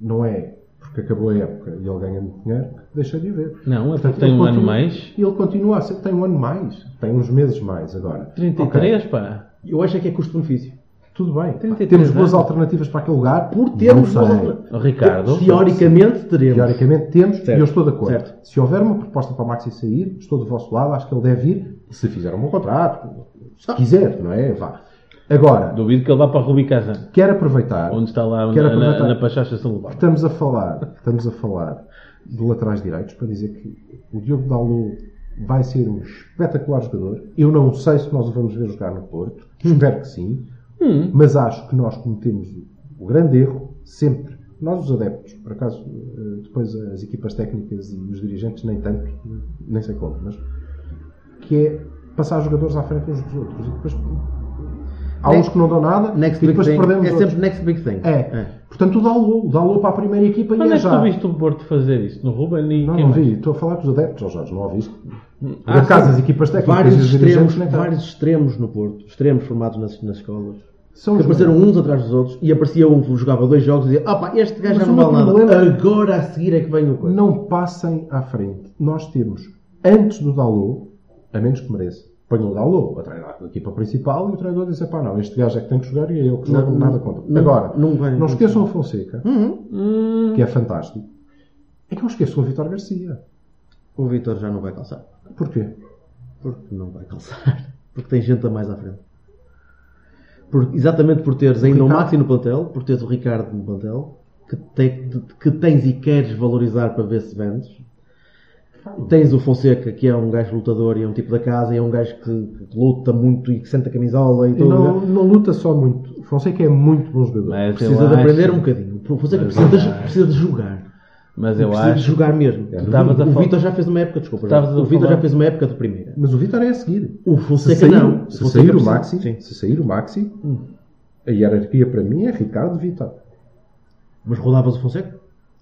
não é porque acabou a época e ele ganha muito dinheiro, deixa de o ver.
Não, é porque
Portanto,
tem
ele
um ano
continua-
mais.
Ele continua a ser, tem um ano mais, tem uns meses mais agora.
33, pá.
Eu acho é que é custo-benefício.
Tudo bem.
33
Temos boas
anos.
alternativas para aquele lugar?
Por termos
Não
boas
sei.
alternativas.
O Ricardo.
Teoricamente teremos.
Teoricamente temos,
Certo.
e eu estou de acordo.
Certo.
Se houver uma proposta para o Maxi sair, estou do vosso lado, acho que ele deve ir, se fizer um bom contrato, se quiser, não é? Vá. Agora,
Duvido que ele vá para a Rubi Kazan,
quero aproveitar
onde está lá
Quero
na, na,
aproveitar.
na Pachacha
que
Celular.
estamos a falar, estamos a falar de laterais direitos para dizer que o Diogo Dalot vai ser um espetacular jogador. Eu não sei se nós o vamos ver jogar no Porto, espero que sim.
Hum,
Mas acho que nós cometemos o grande erro sempre. Nós, os adeptos, por acaso, eh, depois as equipas técnicas e os dirigentes, nem tanto, nem sei como, mas. que é passar jogadores à frente uns dos outros. E depois. Há uns
Next-
que não dão nada,
Next
e
big
depois
thing.
perdemos.
É
outros.
sempre next big thing.
É. Portanto, o Dalou, o Dalou para a primeira equipa e
Quando
é
é que
já.
tu viste o Porto fazer isso? No Ruben e
Não,
quem
não
mais?
vi. Estou a falar com os adeptos, ó Jorge, não ouviste. Por
Ah,
acaso,
sim.
as equipas técnicas
Vários
e os dirigentes
extremos,
nem tanto.
vários extremos no Porto. Extremos formados nas, nas escolas.
São
Que
os
apareceram uns atrás dos outros e aparecia um que jogava dois jogos e dizia: opá, este gajo
Mas
já não
o meu
vale nada.
problema-
Agora a seguir é que vem o coisa.
não passem à frente. Nós temos, antes do Dalô, a menos que mereça, ponham o Dalô a treinar com a equipa principal e o treinador diz: pá, não, este gajo é que tem que jogar e é ele que joga,
Não,
nada
não,
contra.
não,
Agora,
não
não,
vai acontecer.
esqueçam o Fonseca,
Uhum.
Hum,
que é fantástico, é que não esqueçam o Vitor Garcia.
O Vitor já não vai calçar.
Porquê?
Porque não vai calçar. Porque tem gente a mais à frente. Por- exatamente por teres ainda o
Ricardo-
Maxi no plantel, por teres o Ricardo no plantel, que, te- que tens e queres valorizar para ver se vendes. Tens o Fonseca, que é um gajo lutador e é um tipo da casa, e é um gajo que, que luta muito e que senta a camisola e
E
tudo.
não, não luta só muito. O Fonseca é muito bom jogador.
Mas
Precisa
eu
de aprender
acho-
um bocadinho. O Fonseca precisa de, precisa de jogar.
Mas eu
precisa de
acho.
jogar mesmo.
Tu estavas a
o
fal-
Vitor já fez uma época, desculpa.
Estavas a
O Vitor
falar-
já fez uma época de primeira.
Mas o Vitor é a seguir.
O
Se
Fonseca
sair,
não.
se
Fonseca
sair o
precisa-
Maxi,
Sim. Hum.
se sair o Maxi, a hierarquia para mim é Ricardo Vitor.
Mas rodavas o Fonseca?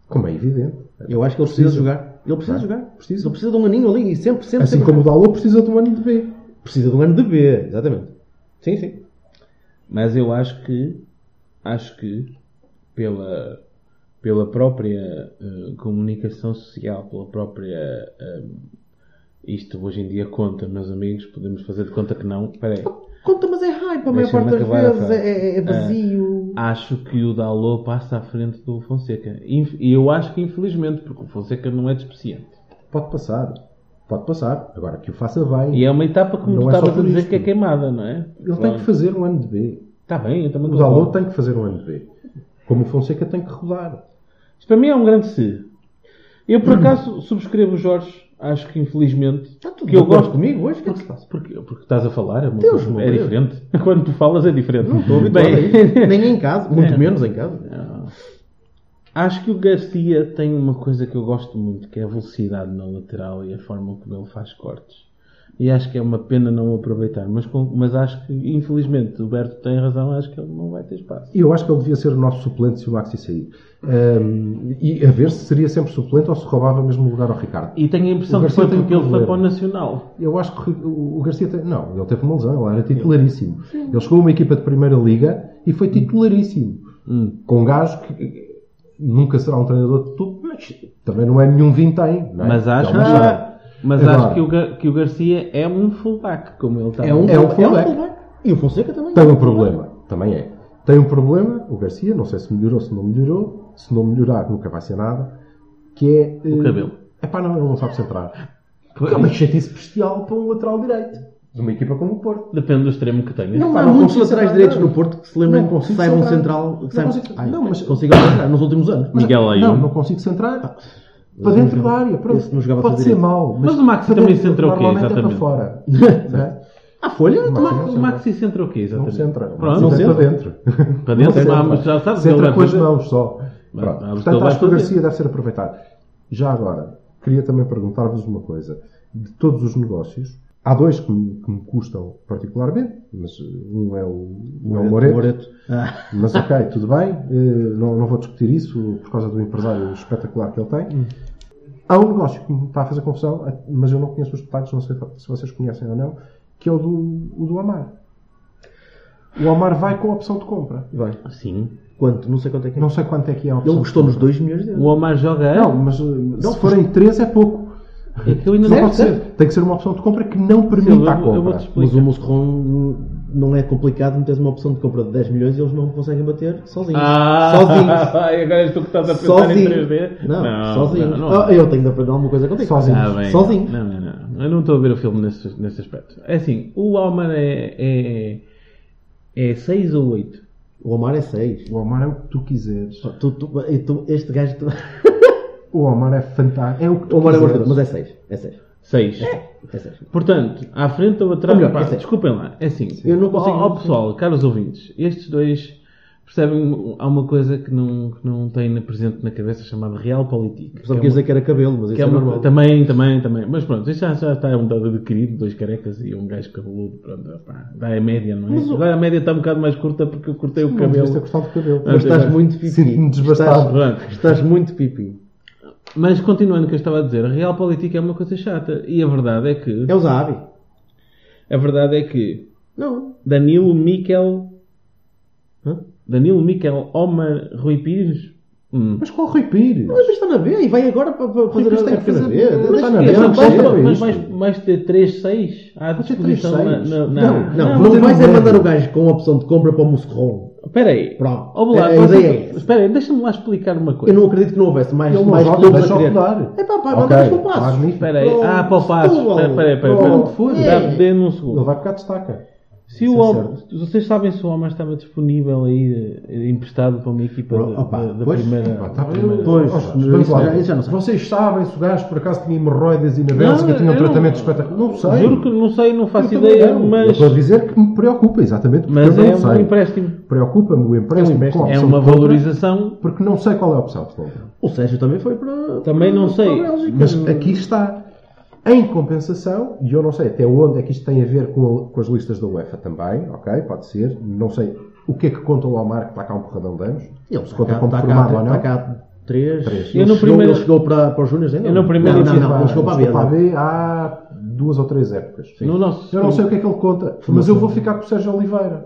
Como é evidente.
Eu acho que ele precisa, de jogar. Ele precisa de
Claro,
jogar.
precisa.
Ele precisa de um aninho ali e sempre, sempre,
Assim
sempre.
como o Dalô precisa de um ano de B.
Precisa de um ano de B, exatamente. Sim, sim.
Mas eu acho que. Acho que. Pela. Pela própria eh, comunicação social, pela própria. eh, isto hoje em dia conta, meus amigos. Podemos fazer de conta que não. Espera aí.
Conta, mas é hype a maior
Deixa-me
parte das
acabar a
vezes.
frase.
É, é- é vazio.
Acho que o Dalô passa à frente do Fonseca. Inf- E eu acho que infelizmente, porque o Fonseca não é despeciente.
Pode passar. Pode passar. Agora que o faça bem.
E é uma etapa que me
Não é
estavas
só
a
por
dizer
isto.
que é queimada, não é?
Ele tem que fazer um ano de B.
Está bem, eu também
O Dalot
concordo.
tem que fazer um ano de B. Como o Fonseca tem que rodar.
Isto para mim é um grande se. Eu, por acaso, subscrevo o Jorge, acho que infelizmente.
tudo
que eu
de acordo
gosto
comigo hoje? O que é *laughs* que se passa?
Porque, porque estás a falar, é, uma
Deus
coisa-
meu
é
Deus.
diferente. *laughs* Quando tu falas é diferente.
Não estou habituado a isso. Nem em casa, muito menos em casa.
Acho que o Garcia tem uma coisa que eu gosto muito, que é a velocidade na lateral e a forma como ele faz cortes. E acho que é uma pena não o aproveitar. Mas, com- mas acho que, infelizmente, o Berto tem razão, acho que ele não vai ter espaço.
Eu acho que ele devia ser o nosso suplente se o Maxi sair. Ahm, e a ver se seria sempre suplente ou se roubava mesmo o lugar ao Ricardo.
E tenho a impressão
O
que
Garcia
foi
tem
porque
um
ele foi para o
problema.
Nacional.
Eu acho que o o Garcia. Tem... Não, ele teve uma lesão, ele era titularíssimo. Ele chegou a uma equipa de primeira liga e foi titularíssimo.
Hum.
Com um gajo que eh, nunca será um treinador de tudo, mas também não é nenhum vintém. não é?
Mas acho,
Ele não será.
que, mas
Agora.
acho que, o, Ga- que o Garcia é um fullback, como ele está.
um- é um fullback.
E o Fonseca também.
Tem um problema, também é. Tem um problema, o Garcia, não sei se melhorou, se não melhorou, se não melhorar nunca vai ser nada, que é...
O cabelo.
É pá, não, ele não sabe centrar.
Pois.
É uma chatice bestial para um lateral direito. De uma equipa como o Porto.
Depende do extremo que tenha.
Não,
Pá,
há
não
muitos
consigo
laterais
centrar.
direitos no Porto que se lembrem
Não
que
consigo
saibam
centrar.
um central.
Não
Que saibam,
consigo-
Ai,
não, mas- é
consigam centrar nos últimos anos.
Mas-
Miguel Ayun.
um.
Não, não consigo centrar. Para dentro da área, pronto.
Esse não jogava
Pode
para
ser
direito.
mau.
Mas o Maxi
para
também
dentro,
centra o quê,
normalmente é
exatamente? Ah,
*laughs*
para fora. não é?
A folha?
Não,
claro.
não
O Maxi centra o quê,
Não
exatamente?
centra.
Pronto,
não
centra.
centra para dentro.
Para dentro,
Não
mas
centra.
já sabes que ele
Centra
vai
com as
fazer.
mãos só.
Mas sabes
Pronto.
que ele
Portanto,
vai
acho que o
fazer.
Garcia deve ser aproveitado. Já agora, queria também perguntar-vos uma coisa. De todos os negócios, há dois que me, que me custam particularmente, mas eh, um é o, um é o Moreto.
Ah,
Mas ok, tudo bem, eh, não, não vou discutir isso por causa do empresário espetacular que ele tem. Há um negócio que me está a fazer confusão, eh, mas eu não conheço os detalhes, não sei se vocês conhecem ou não, que é o do, o do Amar. O Amar vai com a opção de compra.
vai.
Sim.
Quanto? Não sei quanto é que é.
Não sei quanto é que é a opção.
Ele gostou
de
nos 2 milhões de
O
euros.
Omar joga
compra.
antes.
Não, mas eh, se forem três é pouco.
É que eu ainda
Não
não
pode ser. Tem que ser uma opção de compra que não
Silva,
permita a
eu vou- eu vou te
compra.
explicar.
Mas o Musserron não é complicado. Metes uma opção de compra de 10 milhões e eles não conseguem bater sozinhos.
Ah, *laughs*
Sozinhos.
agora és tu que estás a pensar em 3D.
Sozinho. Não, sozinho. Ah, eu tenho de aprender alguma coisa contigo.
Sozinho.
Ah, bem,
Sozinho.
Não, não, não. Eu não estou a ver o filme nesse, nesse aspecto. É assim, o Alman é 6 ou 8.
O Omar é 6.
O Omar é o que tu quiseres.
este gajo. tu- *laughs*
O Omar é fantástico. É o que tu
O Omar é
quiseres.
morto, mas é 6. É 6.
6.
É 6.
Portanto, à frente ou atrás.
Ou melhor,
pá,
é sério.
desculpem lá, é assim.
Eu não consigo-
Ó, ó, pessoal, caros ouvintes, estes dois percebem. Há uma coisa que não, que não têm na- presente na cabeça chamada Realpolitik.
Só
que é
quis
uma-
dizer que era cabelo, mas
que
isso
é
é
uma-
normal.
também, também, também. Mas pronto, isto já, já está um dado adquirido, dois carecas e um gajo cabeludo, pronto, pá, dá a média, não é? Agora a média está um bocado mais curta porque eu cortei o
Não devias
cabelo.
ter cortado é o cabelo.
Mas estás
Mas-
muito pipi.
Sinto-me
Estás,
desbastado.
Pronto.
estás muito pipi.
Mas continuando o que eu estava a dizer, a Realpolitik é uma coisa chata. E a verdade é que.
É o Zahavi.
A verdade é que
Não.
Danilo Miquel.
Hã?
Danilo Miquel Omar Rui Pires? Hum.
Mas qual o Rui Pires?
Mas está na B e vai agora para, para fazer
Pires
a
tem que
época na
fazer-
B.
mas
Deixa
está na
que
B,
ele
não
mas
seja.
precisa.
mas- mas
isto.
vais, vais ter 3-6 à
ter
disposição
3-6.
na, na, na-
Não,
Não,
Não,
não
não
vais é
deve.
mandar o gajo com a opção de compra para o Musserron.
Espera aí.
Pronto.
Ó, Blas,
A
mas- então,
ideia é essa.
Espera aí, deixa-me lá explicar uma
Eu
coisa.
não acredito que não houvesse mais,
Ele não
mais
joga,
clubes
deixa
a querer.
rodar.
É pá, pá,
Ok,
manda-nos para o passo.
magnífico.
Espera aí. Ah, para o passo.
Setúbal.
Espera espera aí, espera aí. espera aí.
Pronto, É. foi.
Dá- Dê-me um
Ele
segundo.
É. vai ficar destaca.
Se o
Isso é
homem, vocês sabem se o homem estava disponível aí, eh, emprestado para uma equipa
Pronto,
da,
opa,
da- da
pois,
primeira.
Pá, tá primeiro.
Pois,
Ó, Jorge,
isso
vamos lá.
já- isso já não sei.
Vocês sabem se o gajo por acaso tinha hemorroidas e na
Não,
Bélgica tinha um
eu não-
tratamento espetacular? Não sei.
Juro que não sei, não faço
Eu também
ideia,
não. Eu
mas,
Estou a dizer que me preocupa, exatamente. Porque
mas
eu não
é um
sei.
empréstimo.
Preocupa-me o empréstimo.
É um empréstimo.
com a
É
opção
uma
de compra,
valorização.
Porque não sei qual é a opção de compra.
O Sérgio também foi para.
Também não
para a
sei,
Bélgica.
Mas aqui está. Em compensação, e eu não sei até onde é que isto tem a ver com, a- com as listas da UEFA também, ok? Pode ser. Não sei o que é que conta o Almar, que está cá um porradão de anos.
Ele
se
está
conta
Tá, cá-
como
está cá-
formado ou não. é?
Está cá 3.
Três.
Eu no primeiro-
Ele chegou para, para os Júniors ainda?
Eu no primeiro
Não, não,
tive-
não. Ele chegou para a B.
Chegou
não.
há duas ou três épocas.
No nosso-
eu não sei o que é que ele conta, mas eu vou ficar com o Sérgio Oliveira.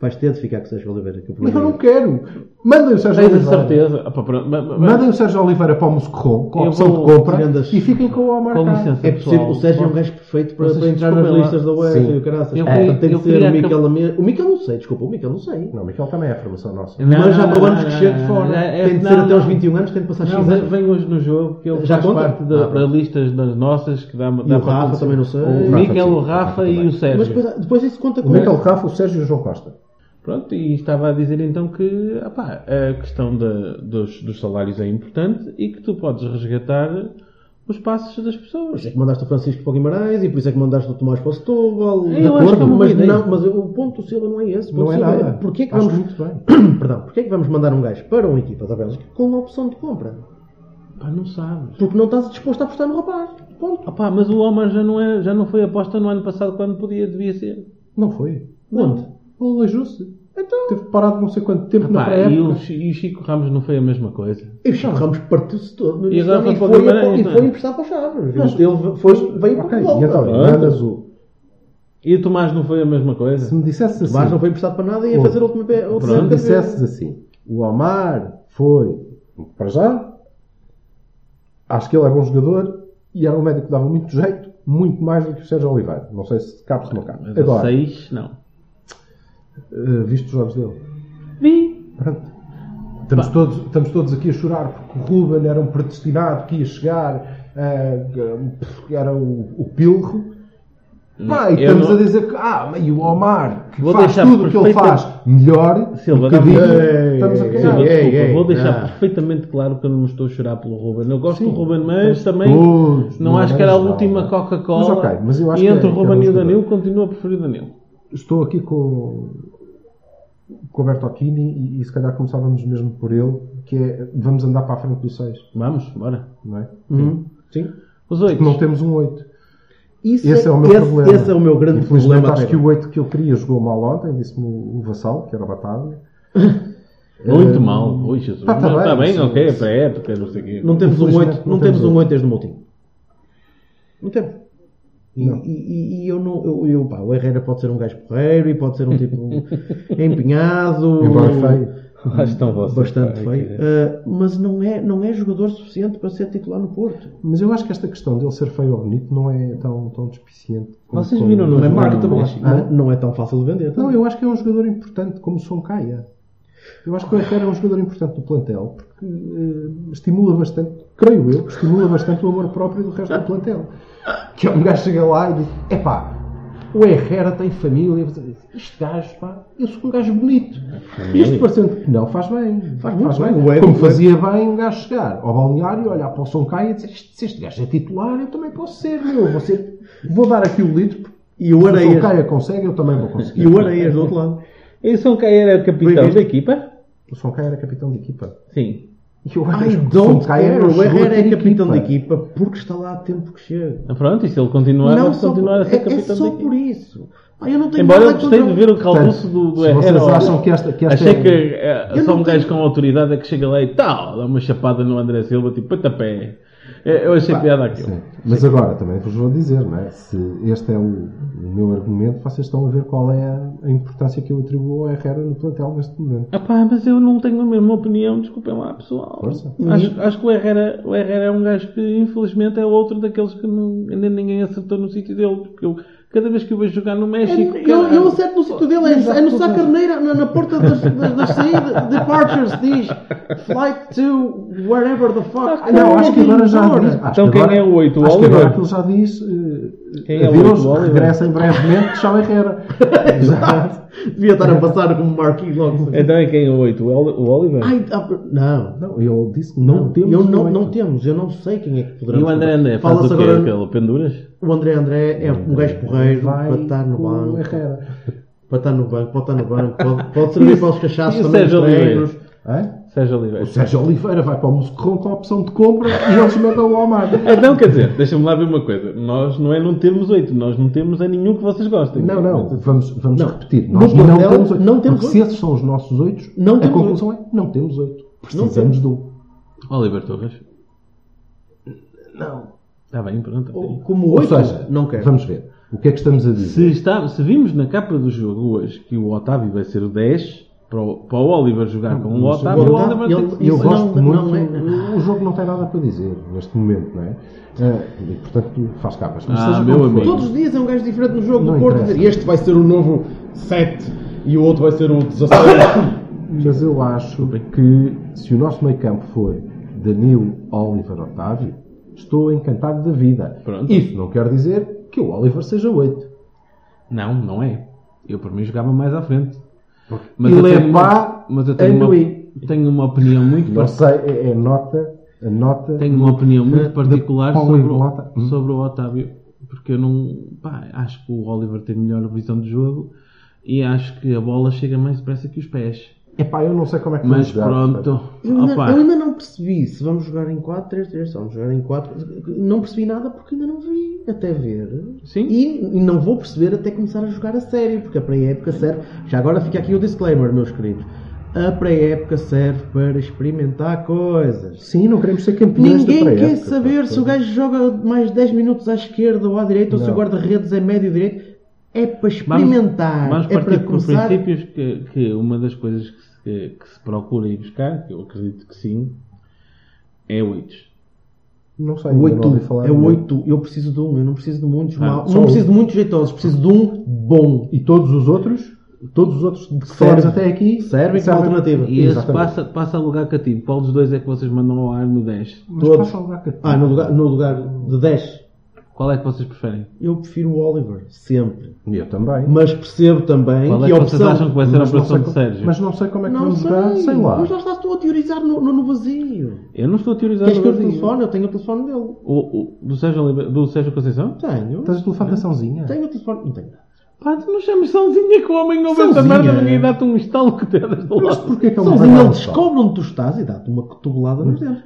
Vais ter de ficar com o Sérgio Oliveira. Que o
Eu
problema é
não
esse.
quero. Mandem o Sérgio
Tens a
Oliveira.
certeza. Ah, pá, pronto, mas- mas-
Mandem o Sérgio Oliveira para o Moscorro com
Eu
a opção
vou-
de compra
tirando as-
e fiquem com o Omar
Com
Khan.
licença,
É
pessoal.
possível, o Sérgio é um gajo perfeito para,
Vocês
para entrar nas
desculpem lá.
listas da UEFA
Sim.
e o caraças.
Eu
É,
queria-
tem
eu
que ser
queria
o Miquel
acabar-
Amir. O Miquel não sei, desculpa, o Miquel não sei.
Não, Miquel também é a formação nossa.
Não,
Mas já
não,
para o
não,
anos que
não,
chega de
não,
fora.
não, é-
Tem de ser
não,
até aos
não.
21 anos, tem de passar
Não,
5 anos.
vem hoje no jogo, que ele
Já
faz
conta?
parte
Ah,
da,
pronto.
das listas das nossas, que dá,
E
dá
o Rafa também não sei.
O
Rafa,
Miquel,
sim,
o
o Rafa
Rafa e
também.
o Sérgio.
Mas depois, depois isso conta
O
com
Miquel Rafa, o Sérgio e o João Costa.
Pronto, e estava a dizer então que opá, a questão da- dos, dos salários é importante e que tu podes resgatar os passos das pessoas.
Por isso é que mandaste o Francisco para o Guimarães e por isso é que mandaste o Tomás para o Setúbal.
Eu
de
acho que é
mas,
uma boa ideia.
não, mas o ponto do Silva não é esse. O ponto
Não é
do Silva
nada.
Porquê que
Acho
vamos...
muito
*coughs*
bem.
Perdão, porquê é que vamos mandar um gajo para uma equipa da Bélgica com uma opção de compra?
Pá, não sabes.
Porque não estás disposto a apostar no rapaz. Ponto.
Opá, mas o Omar já não, é, já não foi aposta no ano passado quando podia, devia ser.
Não foi.
Onde?
Ele aleijou-se.
Então...
Teve parado não sei quanto tempo na
Opá, e, o,
pré-época.
Chi- e o Chico Ramos não foi a mesma coisa.
E o Chico Ramos partiu-se todo no
E
início do ano
agora foi
e
para o
foi,
Guimarães,
e
não é?
então.
foi emprestado para o Chaves. Ele foi, veio para
Ok,
o
e então,
Portugal.
Ah.
grande azul.
E o Tomás não foi a mesma coisa.
Se me dissesse assim,
Mas não foi emprestado para nada e ia
Onde?
fazer a última pe- a última
se me
época dele.
dissesses assim, o Omar foi para já, acho que ele era um jogador e era um médico que dava muito jeito, muito mais do que o Sérgio Oliveira. Não sei se cabe se não cabe.
Mas a
Agora,
seis, não.
eh, viste os jogos dele?
Vi.
Pronto. Estamos todos, estamos todos aqui a chorar porque o Ruben era um predestinado que ia chegar, eh, que era o, o pilro. Pá, e
Eu
estamos
não-
a dizer que, ah, e o Omar, que
Vou
faz
deixar
tudo o que ele
perfeita-
faz melhor,
Silva,
do que
dá-me- um
diz,
Ei,
estamos a
ei,
cagar.
Silva,
ei,
desculpa,
ei,
vou deixar
não.
perfeitamente claro que eu não estou a chorar pelo Ruben. Eu gosto
Ah. Sim,
do Ruben, mas
estamos
também
todos,
não
não
acho
é
que era a
nada.
última Coca-Cola.
Mas ok, mas eu acho
e
que
entre
é-
o
que
Ruben e o
era um jogador.
Danilo, continuo a preferir Danilo.
Estou aqui com, com o Bertocchini e, e se calhar começávamos mesmo por ele, que é vamos andar para a frente do 6,
Vamos, bora.
não é?
Uhum. Sim.
Os oito.
Não temos um 8.
Isso
Esse é o meu
esse-
problema.
Esse é o meu grande
Infelizmente
problema.
acho
Pedro.
que o 8 que eu queria jogou mal ontem, disse-me o, o Vassal, que era o Batávia.
Muito mal. Ui, Jesus.
Pá, Eh, tá
Não,
bem,
tá bem,
sim,
ok, é
sim.
para a época, não sei o quê.
Não temos um
Infelizmente,
8,
não
não
temos
temos um
oito.
8 desde o Moutinho. Não temos. E,
Não.
e- e eu não. Eu, eu, pá, o Herrera pode ser um gajo porreiro e pode ser um tipo
*laughs*
empenhado.
Embora feio.
Lá estão vocês,
Bastante
pá,
feio.
aqui.
ah, mas não é, não é jogador suficiente para ser titular no Porto.
Mas eu acho que esta questão dele ser feio ou bonito não é tão, tão despiciente. como-
Vocês
como-
viram no
Não é
jogo?
marca também.
acho.
Não, não é tão fácil de vender.
Não, eu acho que é um jogador importante, como o Soncaia. Eu acho que o Herrera é um jogador importante do plantel, porque eh, estimula bastante, creio eu, que estimula bastante o amor próprio do resto do plantel. Que é um gajo que chega lá e diz: epá, o Herrera tem família. Você diz, Este gajo, pá, eu sou um gajo bonito. Isto parecendo que não, faz bem.
Faz muito bem. O é ego-
como
o
fazia bem um gajo chegar ao balneário, olhar para o Soncaia e dizer: "Este- se este gajo é titular, eu também posso ser, meu. Vou, ser- vou dar aqui o litro, porque
E o
se o é
Areias.
Soncaia consegue, eu também vou conseguir.
E o Areias do outro lado.
E São Caio era capitão
Bem-vindo.
da equipa?
O Sonkai era capitão de equipa.
Sim.
E eu
I
acho que o um
don't
Sonkai
care.
era
O Herrera é
jogador
capitão da equipa porque está lá a tempo que chega.
Ah, Pronto, e se ele continuar, vai
só
continuar a
por-
ser
é-
capitão
é
da
só
equipa.
por isso. Pá, eu não tenho
Embora eu
nada
gostei de
contra o-
ver o calbuço do, do
se vocês
Herrera,
acham que esta- que esta
achei
é-
que eh,
Eu
só
não
um gajo com autoridade é que chega lá e tal, dá uma chapada no André Silva, tipo, patapé. Eu eu achei piada aquilo.
Sim. Mas agora também vos vou dizer, não é? Se este é o, o meu argumento, vocês estão a ver qual é a, a importância que eu atribuo ao Herrera no plantel neste momento.
Ah pá, mas eu não tenho a mesma opinião, desculpem lá, pessoal.
Força.
Uhum.
Acho, acho que o Herrera, o Herrera é um gajo que, infelizmente, é outro daqueles que não, ainda ninguém acertou no sítio dele. Porque eu, cada vez que o vejo jogar no México.
É- Eu, eu
caralho.
acerto no sítio dele, é, é no Sá Carneira, na, na porta
*laughs*
das, das, das saídas, departures, diz flight to wherever the fuck.
Ah, não, acho que agora já
Embora.
diz. acho
Então
que
quem
agora-
é o oito? O
Acho que agora
Oliver?
aquilo já diz. eh,
Quem é o
adeus,
oito? O Oliver?
regressa em brevemente, tchau Herrera. Exato.
Devia estar a passar como Marquinhos logo.
Então é quem é o 8? O Oli- o Oliver?
Ai, ah, não,
Não, ele disse que
não,
não, temos. é
eu não,
oito.
não temos, eu não sei quem é que poderá.
e o André André faz o
Fala-se
quê?
agora,
Aquele penduras?
o André André é um gajo porreiro
Vai
para estar no
com o
banco.
Herrera.
Para estar no banco, pode estar no banco, pode,
*laughs*
pode servir para os
E o
cachaços também, os
Sérgio Oliveira?
treinos.
Hã?
Sérgio Oliveira.
O Sérgio Oliveira vai para o Moscou com a opção de compra e eles mandam o Omar.
Não, É quer dizer, deixa-me lá ver uma coisa. Nós não é não termos oito, nós não temos a nenhum que vocês gostem.
Não, não, vamos, vamos
Não.
repetir.
No
Nós não,
plantel,
temos oito.
não temos
Porque se esses são os nossos oito,
Não
a
temos
conclusão é não temos oito. Precisamos de um.
Oliver Torres.
Não.
Está bem, pronto. ok.
Como
Ou
oito,
seja,
não quero.
vamos ver. O que é que estamos a dizer?
Se, está- se vimos na capa do jogo hoje que o Otávio vai ser o 10, para o, para o Oliver jogar com o
mas o
Otávio, o
Otávio,
Oliver tem
ele-
que
Eu
Isso
gosto
não-
muito.
não é-
O jogo não tem nada para dizer neste momento, não é? Ah, e, portanto, faz capas. Mas
Ah,
seja
meu
como for.
amigo.
Todos os dias é um gajo diferente no jogo
Não
do Porto.
interessa.
dizer, Este vai ser o novo 7 e o outro vai ser um o 16.
Mas eu acho que se o nosso meio campo for Danilo, Oliver, Otávio, estou encantado da vida.
Pronto.
Isso não quer dizer que o Oliver seja 8.
Não, não é. Eu por mim jogava mais à frente. Mas
Ele
eu
é
tenho uma-
pá
mas eu tenho
em
uma,
Luí.
tenho uma opinião muito
Não
par-
sei, é, é nota, a nota.
tenho uma opinião muito particular
de
sobre
poliglota.
o,
Hum.
sobre o Otávio, porque eu não pá, acho que o Oliver tem melhor visão de jogo e acho que a bola chega mais depressa que os pés.
Epá, eu não sei como é que
Mas
vamos jogar,
pronto,
*coughs* Eu ainda,
opa,
eu ainda não percebi se vamos jogar em 4, 3, 3, se vamos jogar em 4. Não percebi nada porque ainda não vi até ver.
Sim.
E, e não vou perceber até começar a jogar a sério, porque a pré-época serve. Já agora fica aqui o disclaimer, meus queridos. A pré-época serve para experimentar coisas.
Sim, não queremos ser campeões
Ninguém
da
quer
pré-época,
saber
pá.
se o gajo joga mais 10 minutos à esquerda ou à direita ou se o
Não.
guarda-redes é médio direito. É para
vamos-
experimentar.
Vamos
é
partir
para
por
começar.
princípios que, que uma das coisas que se, que- que se procura ir buscar, que eu acredito que sim, é o Itch.
Não sei,
O
ainda não
8
ouvi falar
é
nenhum.
o 8 eu preciso de um, eu não preciso de muitos
Ah,
mal,
só
não
um.
preciso de muitos jeitosos, preciso de um bom.
E todos os outros, todos os outros de que
Serve.
falámos até aqui,
Servem como alternativa.
E esse
Exatamente.
passa, passa a lugar cativo. Qual dos dois é que vocês mandam ao ar no 10?
Mas
todos.
passa ao lugar que-
Ah, no lugar, no lugar de 10,
Qual é que vocês preferem?
eu prefiro o Oliver, sempre.
Eu também.
Mas percebo também
Qual é
que
que
a
vocês
opção.
acham que vai ser a
Mas não
operação
sei
de
co-
Sérgio?
Mas não sei como é que
Não
vamos
sei,
jogar, sei lá.
mas lá está, estou a teorizar no, no, no vazio.
Eu não estou a teorizar
Queres
o
que eu
vazio.
telefone? Eu tenho o telefone dele.
O, o- do, Sérgio, Oliveira- do Sérgio Conceição?
Tenho.
Tens o telefone da Sãozinha?
Tenho o telefone. Não tenho nada.
Pá, tu não chamas Sãozinha que o homem não vê essa
Sãozinha?
merda, ninguém dá-te um estalo que te das do
é- Então, Mas
lado.
porquê que ele não vai
Sozinho
lá,
ele
pá?
descobre onde tu estás e dá-te uma cotovelada nos dedos.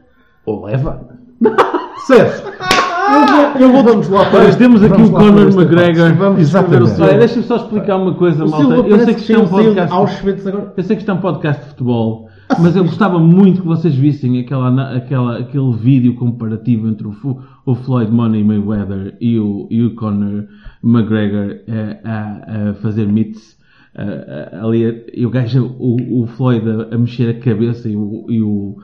Ou leva. Sérgio! Eu vou, vamos lá para
Olha,
este-
temos aqui
vamos
o
lá para
Conor
este debate.
McGregor.
Vamos escrever o
Olha,
seu.
deixa-me só explicar uma coisa,
O
malta.
Silva
Eu sei
parece
que isto é um
tem saiu de
podcast.
Auschwitz agora.
Eu sei que isto é um podcast de futebol, mas eu gostava muito que vocês vissem aquela, ana- aquela, aquele vídeo comparativo entre o, Fu- o Floyd Money Mayweather e o, e o Conor McGregor eh, a, a fazer mitts. eh, eh, ali, a- e o gajo, o, o Floyd a, a mexer a cabeça e o, e o,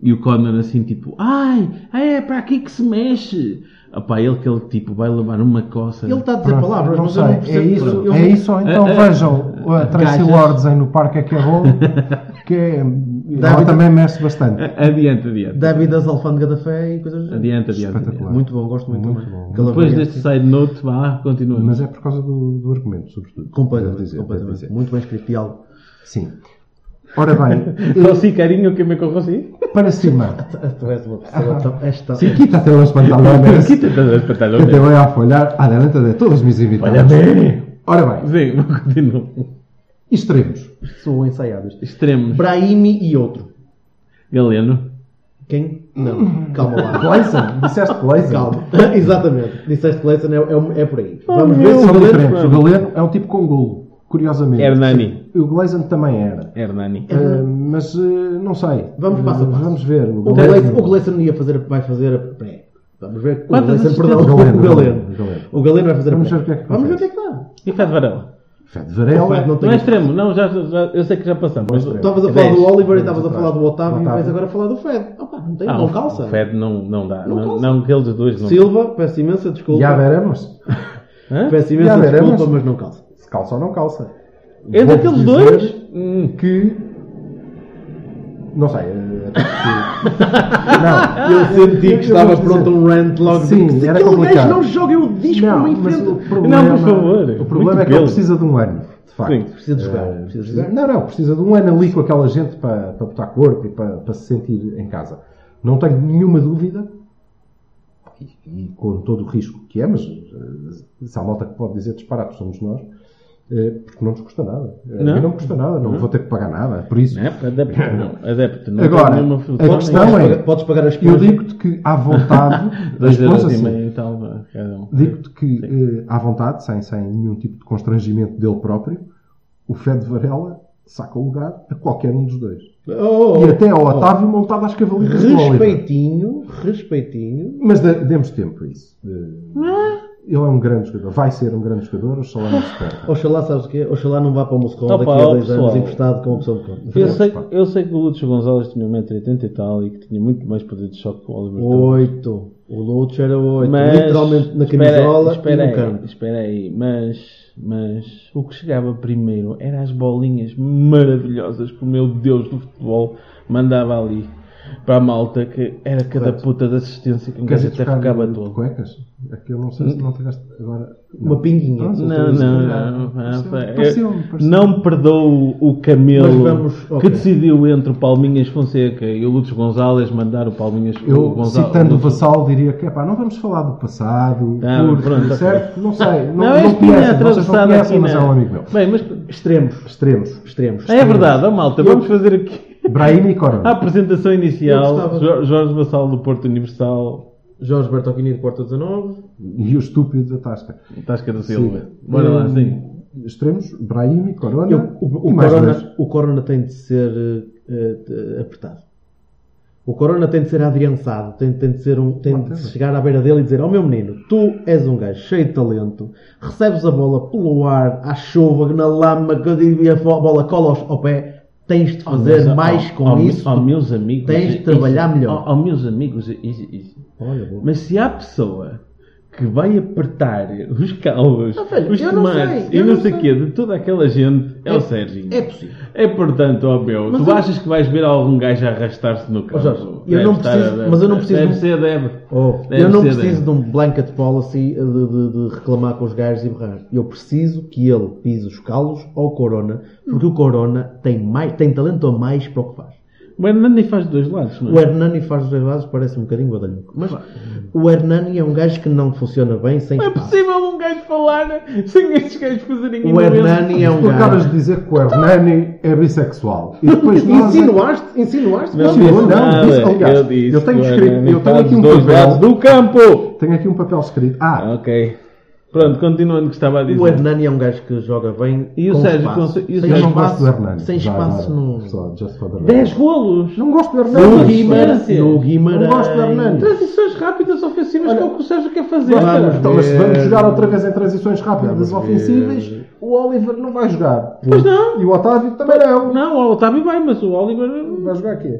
e o Conor assim, tipo, ai, é para aqui que se mexe. Opá, ele, aquele tipo, vai levar uma coça.
Ele está a dizer
Pronto,
palavras,
não
mas
sei,
eu não
é
percebo.
isso,
eu-
é isso, ou então
Eh, eh,
vejam a Tracy
gajas.
Lords em No Parque é que é *laughs* bom, que é, ela
David-
também mexe bastante.
Adiante, adiante.
David das Alfândega da Fé e coisas do género.
Adiante, adiante.
Espetacular.
adiante.
Muito bom, gosto muito,
Muito
também.
bom.
Aquela
Depois
variante.
deste side note, vá, continua.
Mas é por causa do, do argumento, sobretudo.
Completamente,
Devo dizer, devo
completamente.
dizer.
Muito bem escrito, diálogo.
Sim. Ora bem, *laughs*
Rossi, carinho, que me corrosi?
para cima.
Tu és uma pessoa *laughs* tão. Esta.
Si quítate los pantalones que
Quita todos os pantalones.
te voy a follar adelante de todos mis invitados.
Olha-me.
Ora bem,
Sim, não continuo.
extremos.
Sou ensaiado. isto.
Extremos.
Brahimi e outro.
Galeno.
Quem? Não. Calma lá.
Gleison, disseste Gleison.
Calma. *laughs* Exatamente. Disseste Clayson, é, é, um- é por aí. Vamos
Vamos ver
ver
se
se
são
o Galeno-
diferentes. O Galeno é um tipo com golo, curiosamente.
Hernani.
O Gleison também era.
Hernani.
Ah, mas ah, não sei.
Vamos passo a passo.
Vamos ver.
O Gleison- O Gleison ia fazer, vai fazer a pré. Vamos ver. O
Quantas
Gleison, perdão.
assistências?
O Galeno.
O
O
Galeno, o Galeno.
Galeno. O Galeno vai fazer
Vamos
a pré.
ver o que é que
Vamos ver o que
acontece.
é que dá.
E Fede Varela.
Fé de
O Fred
Varela.
não
Não
tem.
é extremo, não, já, já- eu sei que já passamos. Mas...
Estavas
É
a falar
Dez.
do Oliver e estavas a
Vamos
falar do Otávio e
Otávio.
vais agora a falar do Fed. Opa, não tem,
Ah,
não
o-
calça.
O Fed não, não dá.
Não
Não,
calça.
não, aqueles dois não.
Silva, peço imensa desculpa.
Já veremos.
Hã?
Peço
Já
imensa
veremos.
desculpa, mas não calça.
Se calça ou não calça.
É
Vou-vos
daqueles
dizer
dois? Hum.
Que. Não sei. eh, até *laughs* porque- não.
Eu senti
eu
que estava
vou-vos dizer.
pronto um rant logo.
Sim,
de que se
era
aquele
complicado.
gajo não joga, eu disco
Não,
me
mas o
enfrento.
problema,
Não, por favor.
O problema
Muito
é que ele
pelo.
precisa de um ano, de facto.
Sim.
Precisa de jogar.
Eh,
Precisa de
precisa-
jogar.
não, não, precisa de um ano ali com aquela gente para, para botar corpo e para, para se sentir em casa. Não tenho nenhuma dúvida, e, e com todo o risco que é, mas eh, se há malta que pode dizer disparate, somos nós, eh, porque não nos custa nada. A
Não.
mim não me custa nada, não, vou ter que pagar nada, por isso.
Não é? Adepto, não. Adepto, não
Agora,
tem nenhuma
a
função, nem-
questão- Não,
Podes
é.
pagar- Podes pagar as
Eu
coisas.
digo-te que à vontade,
*laughs* Dois
as
euros
coisas
e
assim,
meio e tal, vá, cada um.
Digo-te que, eh, à vontade, sem, sem nenhum tipo de constrangimento dele próprio, o Fed Varela saca o lugar a qualquer um dos dois.
Oh,
e até ao Otávio montado às cavalitas do Oliver.
Respeitinho, respeitinho.
Mas de- demos tempo a isso. Eh, ele é um grande jogador. Vai ser um grande jogador, oxalá não se perca.
Oxalá, sabes o quê? Oxalá não vá para o Moscou
Opa,
daqui a
ó,
dois anos
pessoal.
emprestado com a opção de compra.
Eu sei, eu sei que o Lúcio Gonzalez tinha 1,80m e tal e que tinha muito mais poder de choque que o Oliver
Oh,
Torres.
Oito. O Lutz era oito. Literalmente na
espera-
camisola
espera,
e no
aí,
campo.
Espera aí, mas, mas o que chegava primeiro eram as bolinhas maravilhosas que o meu Deus do futebol mandava ali. para a malta que era cada puta de assistência que um
Queres
gajo
ir
até
trocar
ficava
de
todo.
cuecas? É que eu não sei se não tiveste agora.
Uma pinguinha.
Não,
Não, não, não. não,
Pareceu-
pá,
pareceu-me,
eu
pareceu-me.
Não perdoo o camelo
Mas vamos- ok.
que decidiu entre o Palminhas Fonseca e o Lúcio Gonzalez mandar o Palminhas o
Eu,
Gonza-
citando o
Lúcio-
Vassal, diria que, epá, não vamos falar do passado,
Ah,
porque,
pronto, ok.
certo? Não sei, não,
Não, é
não
espinha
conhecem, vocês não
atravessada aqui,
conhecem, mas é um
não
amigo meu.
Bem, mas
Extremos.
Extremos.
Extremos.
é verdade, Ah. ó malta, vamos fazer aqui
Brahim e
a
Corona.
apresentação
Eu
inicial.
gostava-
Jo- Jorge Vassal do Porto Universal,
Jorge Bertolini de Porta 19.
E o estúpido da Tasca.
Tasca da Silva.
Sim.
Bora lá,
Hum,
sim.
Extremos, Brahim e Corona.
Eu- o, o
e mais dois.
corona, o Corona tem de ser eh, eh, apertado. O Corona tem de ser adriançado, tem, tem de, ser um, tem de chegar à beira dele e dizer: Ó meu menino, tu és um gajo cheio de talento, recebes a bola pelo ar, à chuva, na lama, que a fo- bola cola aos- ao pé, tens de fazer
Mas,
mais
ao-
com
ao-
isso.
Ao meus amigos.
Tens de trabalhar melhor.
Ao, ao meus amigos. Isso, isso.
Olha, boa.
Mas se há pessoa que vai apertar os calvos,
Ah, velho,
os
eu não
tomates
sei, eu
e não
não
sei o
sei.
quê de toda aquela gente, é, o Sérgio.
é possível.
É portanto, ó meu,
Mas
tu
eu-
achas que vais ver algum gajo a arrastar-se no campo?
Jorge, eu não
estar
preciso-
a-
mas eu não preciso
Deve
de um-
ser, deve.
Oh,
Deve
eu não
ser,
preciso
deve.
de um blanket policy de, de- de reclamar com os gajos e berrar. Eu preciso que ele pise os calos ao Corona, porque o Corona tem, mais, tem talento a mais para o que faz.
O Hernani faz dos dois lados, não
O
é?
Hernani faz os dois lados, parece um bocadinho badalhoco. Mas o Hernani é um gajo que não funciona bem sem
Não é
espaço.
possível um gajo falar sem estes gajos fazerem
O
inglês.
Hernani
*laughs*
é um
Tu acabas
gajo.
de dizer que o Hernani é bissexual. E depois nós é que-
Insinuaste, insinuaste,
Não,
mas-
eu não, disse, aliás,
eu disse,
eu tenho
o
escrito-
Hernani
eu tenho
faz
aqui um
dos dois
papel.
lados do campo.
Tenho aqui um papel escrito. Ah,
Ok. Pronto, continuando o que estava a dizer.
o Hernani é um gajo que joga bem
E o
com
Sérgio
espaço.
Conce- e o
Sem
eu
Sérgio
não gosto
espaço,
do Hernani.
sem
Já
espaço
agora,
não...
Só, just for the record.
10 golos.
Não gosto do
No
Hernani.
Guimarães.
No Guimarães.
Não gosto do Hernani.
Transições rápidas ofensivas que é o que o Sérgio quer fazer.
vamos
cara.
Então, mas se vamos
Ver-
jogar outra vez em transições rápidas
Vamos
ofensivas,
ver.
o Oliver não vai jogar.
Pois não.
E o Otávio também não.
Não, o Otávio vai, mas o Oliver.
Vai jogar aqui.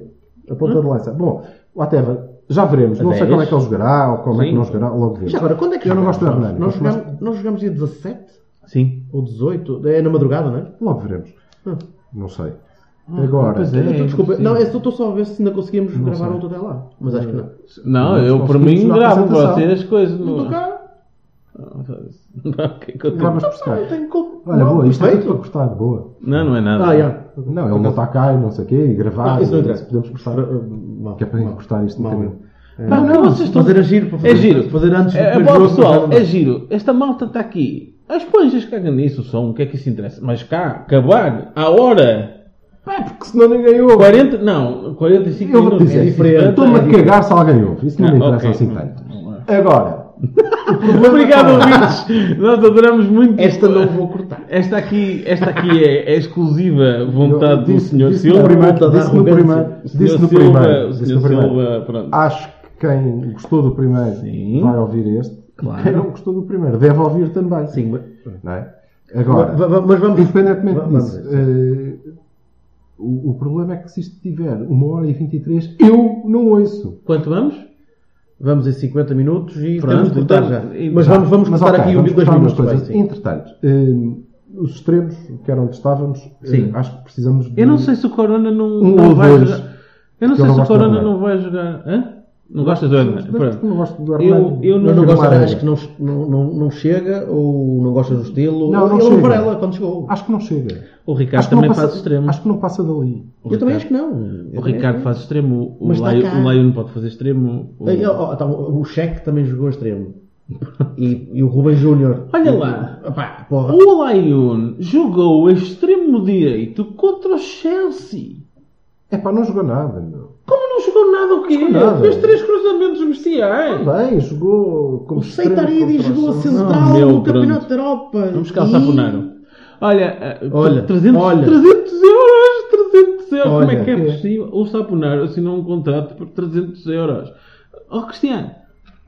A ponta de lança. Bom, o Ateva, já veremos.
A
Não sei
10.
como é que ele jogará ou como é que
Sim.
não jogará. Logo vemos.
Já agora, quando é que
Eu não
jogamos?
gosto do Hernani.
Nós
Gosto mais-
jogamos, nós jogamos dia 17
Sim.
ou 18, é na madrugada, não é?
Logo veremos.
Hum. Ah,
Não sei. Agora,
pois é.
Eu tô- desculpa,
sim.
não, eu só estou só a ver se ainda conseguimos gravar
sei.
outro até lá. Mas acho que não.
Não,
Nós
eu por
conseguimos
mim
na
gravo
apresentação.
vocês as coisas.
Não estou
Não,
cá,
Ok, continua.
vamos
não
buscar.
tenho culpa.
Olha,
Não,
boa, isto é tudo
perfeito.
para cortar, boa.
não, não é nada.
Ah, já.
Não, ele
Então-
não está cá e não sei o quê, e gravar.
Ah, isso não
e
interessa.
Podemos cortar.
Mal,
Que é para
mal,
encostar isto no
mal.
caminho.
Ah,
Pá, que vocês estão-
Fazer a giro para fazer,
É giro.
fazer antes do
É, é
primeiro
bom,
jogo,
pessoal,
fazer
é
antes.
giro. Esta malta está aqui. As esponjas cagam nisso, o som, o que é que isso interessa? Mas cá, acabar, à hora.
É,
Pá, porque senão ninguém ouve.
40, não, 45
Eu vou
minutos.
dizer,
é
eu
diferente.
estou-me a cagar se alguém ouve. Isso não me
Ah,
interessa
ok. é.
assim tanto. Agora, *laughs*
Obrigado, ouvintes. Nós adoramos muito.
Esta não vou cortar.
Esta aqui, esta aqui é, é exclusiva vontade
eu
do
disse,
Sr.
disse no
Silva.
primeiro,
Volta da
disse no
arrogância.
primeiro,
O Sr.
disse no
Silva,
primeiro,
o
disse
Sr.
no primeiro. Ah,
Silva, pronto.
Acho que quem gostou do primeiro
Sim.
vai ouvir este. Quem não gostou do primeiro deve ouvir também.
Sim, mas,
Não é? Agora, é
va- va- mas vamos.
independentemente
va- vamos
disso,
ver.
eh, o, o problema é que se isto tiver 1 hora e 23, eu não ouço.
Quanto vamos?
Vamos em 50 minutos e
Pronto,
temos de cortar
então,
já.
e-
Mas vamos, vamos
Mas,
cortar
ok,
aqui um
vamos
minuto, dois
cortar umas
minutos. bem,
coisas.
sim.
Entretanto, eh, os extremos, que era onde estávamos, eh,
Sim.
acho que precisamos de.
Eu não sei se o Corona não,
Um
não
ou
vai
dois.
jogar. Eu não
Porque
sei
eu não
se o
gosto do
Corona
Hernani.
não vai jogar. Hã? Não gostas do Ana?
Mas Não gosto do
Eu,
Hernani.
eu não,
Mas não
gosto-
gosta,
Varela.
acho que não, não, não, não chega, ou não gosta do estilo.
Não, não
Ele
chega. Ah,
Varela, quando chegou.
Acho que não chega.
O Ricardo
Acho que
também
não passa,
faz extremo.
Acho é. que não passa dali.
eu também acho que não.
O Ricardo faz extremo. O
tá
Mas está
Laio
cá.
o Laio não pode fazer extremo. O-
Aí, ó, ó, tá, o Cheque também jogou a extremo. E, e o Rubem Júnior.
Olha lá.
Opá, porra.
O Lyon jogou o extremo direito contra o Chelsea.
É pá, não jogou nada, meu.
Como não jogou nada o quê?
Jogou nada.
Fez três cruzamentos bestiais.
Bem, jogou como
O Seitaridi jogou a
Não,
tá
central
meu,
no
pronto.
Campeonato da Europa.
Vamos cá,
E-
Saponaro. Olha, eh,
Olha,
300,
olha.
300 euros, 300 euros, como é
Olha.
que é possível? O Saponaro assinou um contrato por 300 euros. Oh, Cristiano,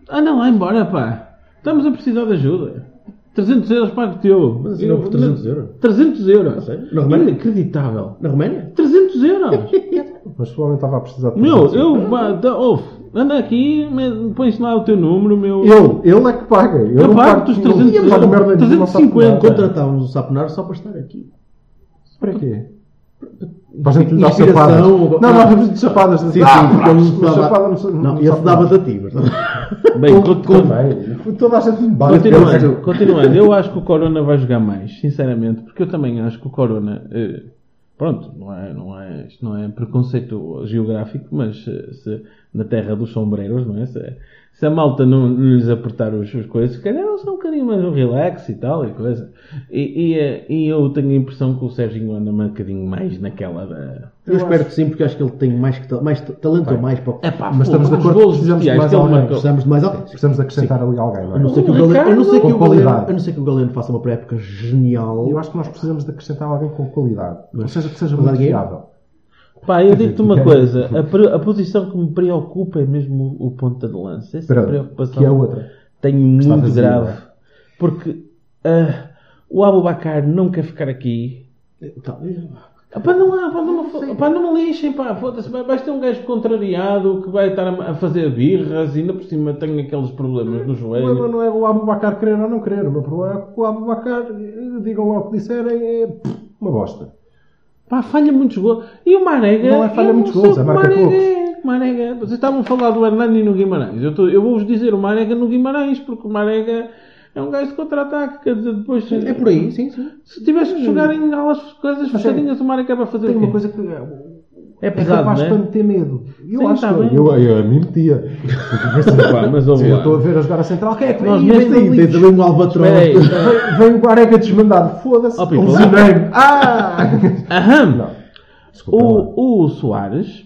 anda lá embora, pá. Estamos a precisar de ajuda. 300 euros para o teu.
Mas assinou por 300 euros?
300 euros.
sei. Na Roménia?
Inacreditável.
Na Roménia? *laughs*
300 euros.
*laughs* Mas o homem estava a precisar de
Meu,
300.
é
eu, pá, tá, ouve, anda aqui, me- põe-se lá o teu número, meu.
Eu, ele é que paga. Eu,
Eu
não
pago
pago
dos
não-
300,
não pago merda nenhuma, não faço
350.
nada.
Contratávamos o Saponaro só para estar aqui.
Para quê? Para a gente lhe dar
Inspiração,
chapadas.
ou- assim.
Não, nós damos de chapadas.
Sim,
Ah,
sim, porque ele
mas
dava-
chapada não se-
Não,
não
ele
se
dava-te
dá.
a ti, mas-
Bem,
Com-
con-
com-
con-
com Então, Toda a gente bate pelo
continuando, continuando, eu acho que o Corona vai jogar mais, sinceramente, porque eu também acho que o Corona. eh, Pronto, não é, não, é, isto não é preconceito geográfico, mas eh, se, na terra dos sombreiros, não é? Se, se a malta não, não lhes apertar os, os coisas, se calhar eles são um bocadinho mais um relax e tal e coisa. E, e, eh, e eu tenho a impressão que o Serginho anda um bocadinho mais naquela da.
Eu espero que sim, porque acho que ele tem mais, que ta- mais ta- talento ou mais para.
Epá,
Mas
fogo,
estamos de
os
acordo que
golos
precisamos de
bestiais
mais
que ele
alguém.
marcou.
é? Precisamos de mais alguém.
Precisamos de acrescentar ali alguém, não
A não
é?
ser que o
Não,
Galeno, a não ser
Ricardo,
que o
com
Galeno,
qualidade.
a não ser que o Galeno faça uma pré-época genial.
Eu acho que nós precisamos de acrescentar alguém com qualidade. Ou seja, que seja
Mas
muito
alguém-
fiável.
Pá, eu digo-te
*laughs* É
uma coisa, a, pre- a posição que me preocupa é mesmo o, o ponta de lança. Essa
Pronto,
preocupação
que é outra.
tenho
está
muito
vazia,
grave.
não é?
Porque ah, o Abubacar não quer ficar aqui.
Então,
Ah, Pá, não há, pá, não me, fo- pá, não me lixem, pá, foda-se, vai- vais ter um gajo contrariado que vai estar a, a fazer birras e ainda por cima tem aqueles problemas no
Hum, O problema
joelho.
não é o Abubacar querer ou não querer. O meu problema é que o Abubacar, eh, digam lá o que disserem, é pff, uma bosta.
Pá, falha muitos gols. E o Marega.
Não é falha
eu
muitos
sei
golos,
o
é marca
Marega
poucos.
é, Marega, vocês estavam a falar do Hernani no Guimarães. Eu, tô- eu vou-vos dizer o Marega no Guimarães, porque o Marega é um gajo de contra-ataque. Quer dizer, depois.
é por aí, sim, sim.
Se tivesse que jogar em alas coisas fechadinhas, o Marega vai fazer
Tem
o quê?
uma coisa que é
É
capaz
pesado,
para
né?
me ter medo. Eu
Sim,
acho
tá
que é
bem.
eu, eu a mim metia.
*laughs*
Pá, mas ouve
Eu
lá.
estou a ver a jogar a central. Quem é que
Nós
vem?
mesmo
Vem
Tem, tem
ali.
também um albatroz.
Espera aí.
*laughs* Vem- Vem o Guarega desmandado. Foda-se. Um
Oh, people.
Lesionei-me. Ah!
Aham.
Desculpa lá.
O, o Soares,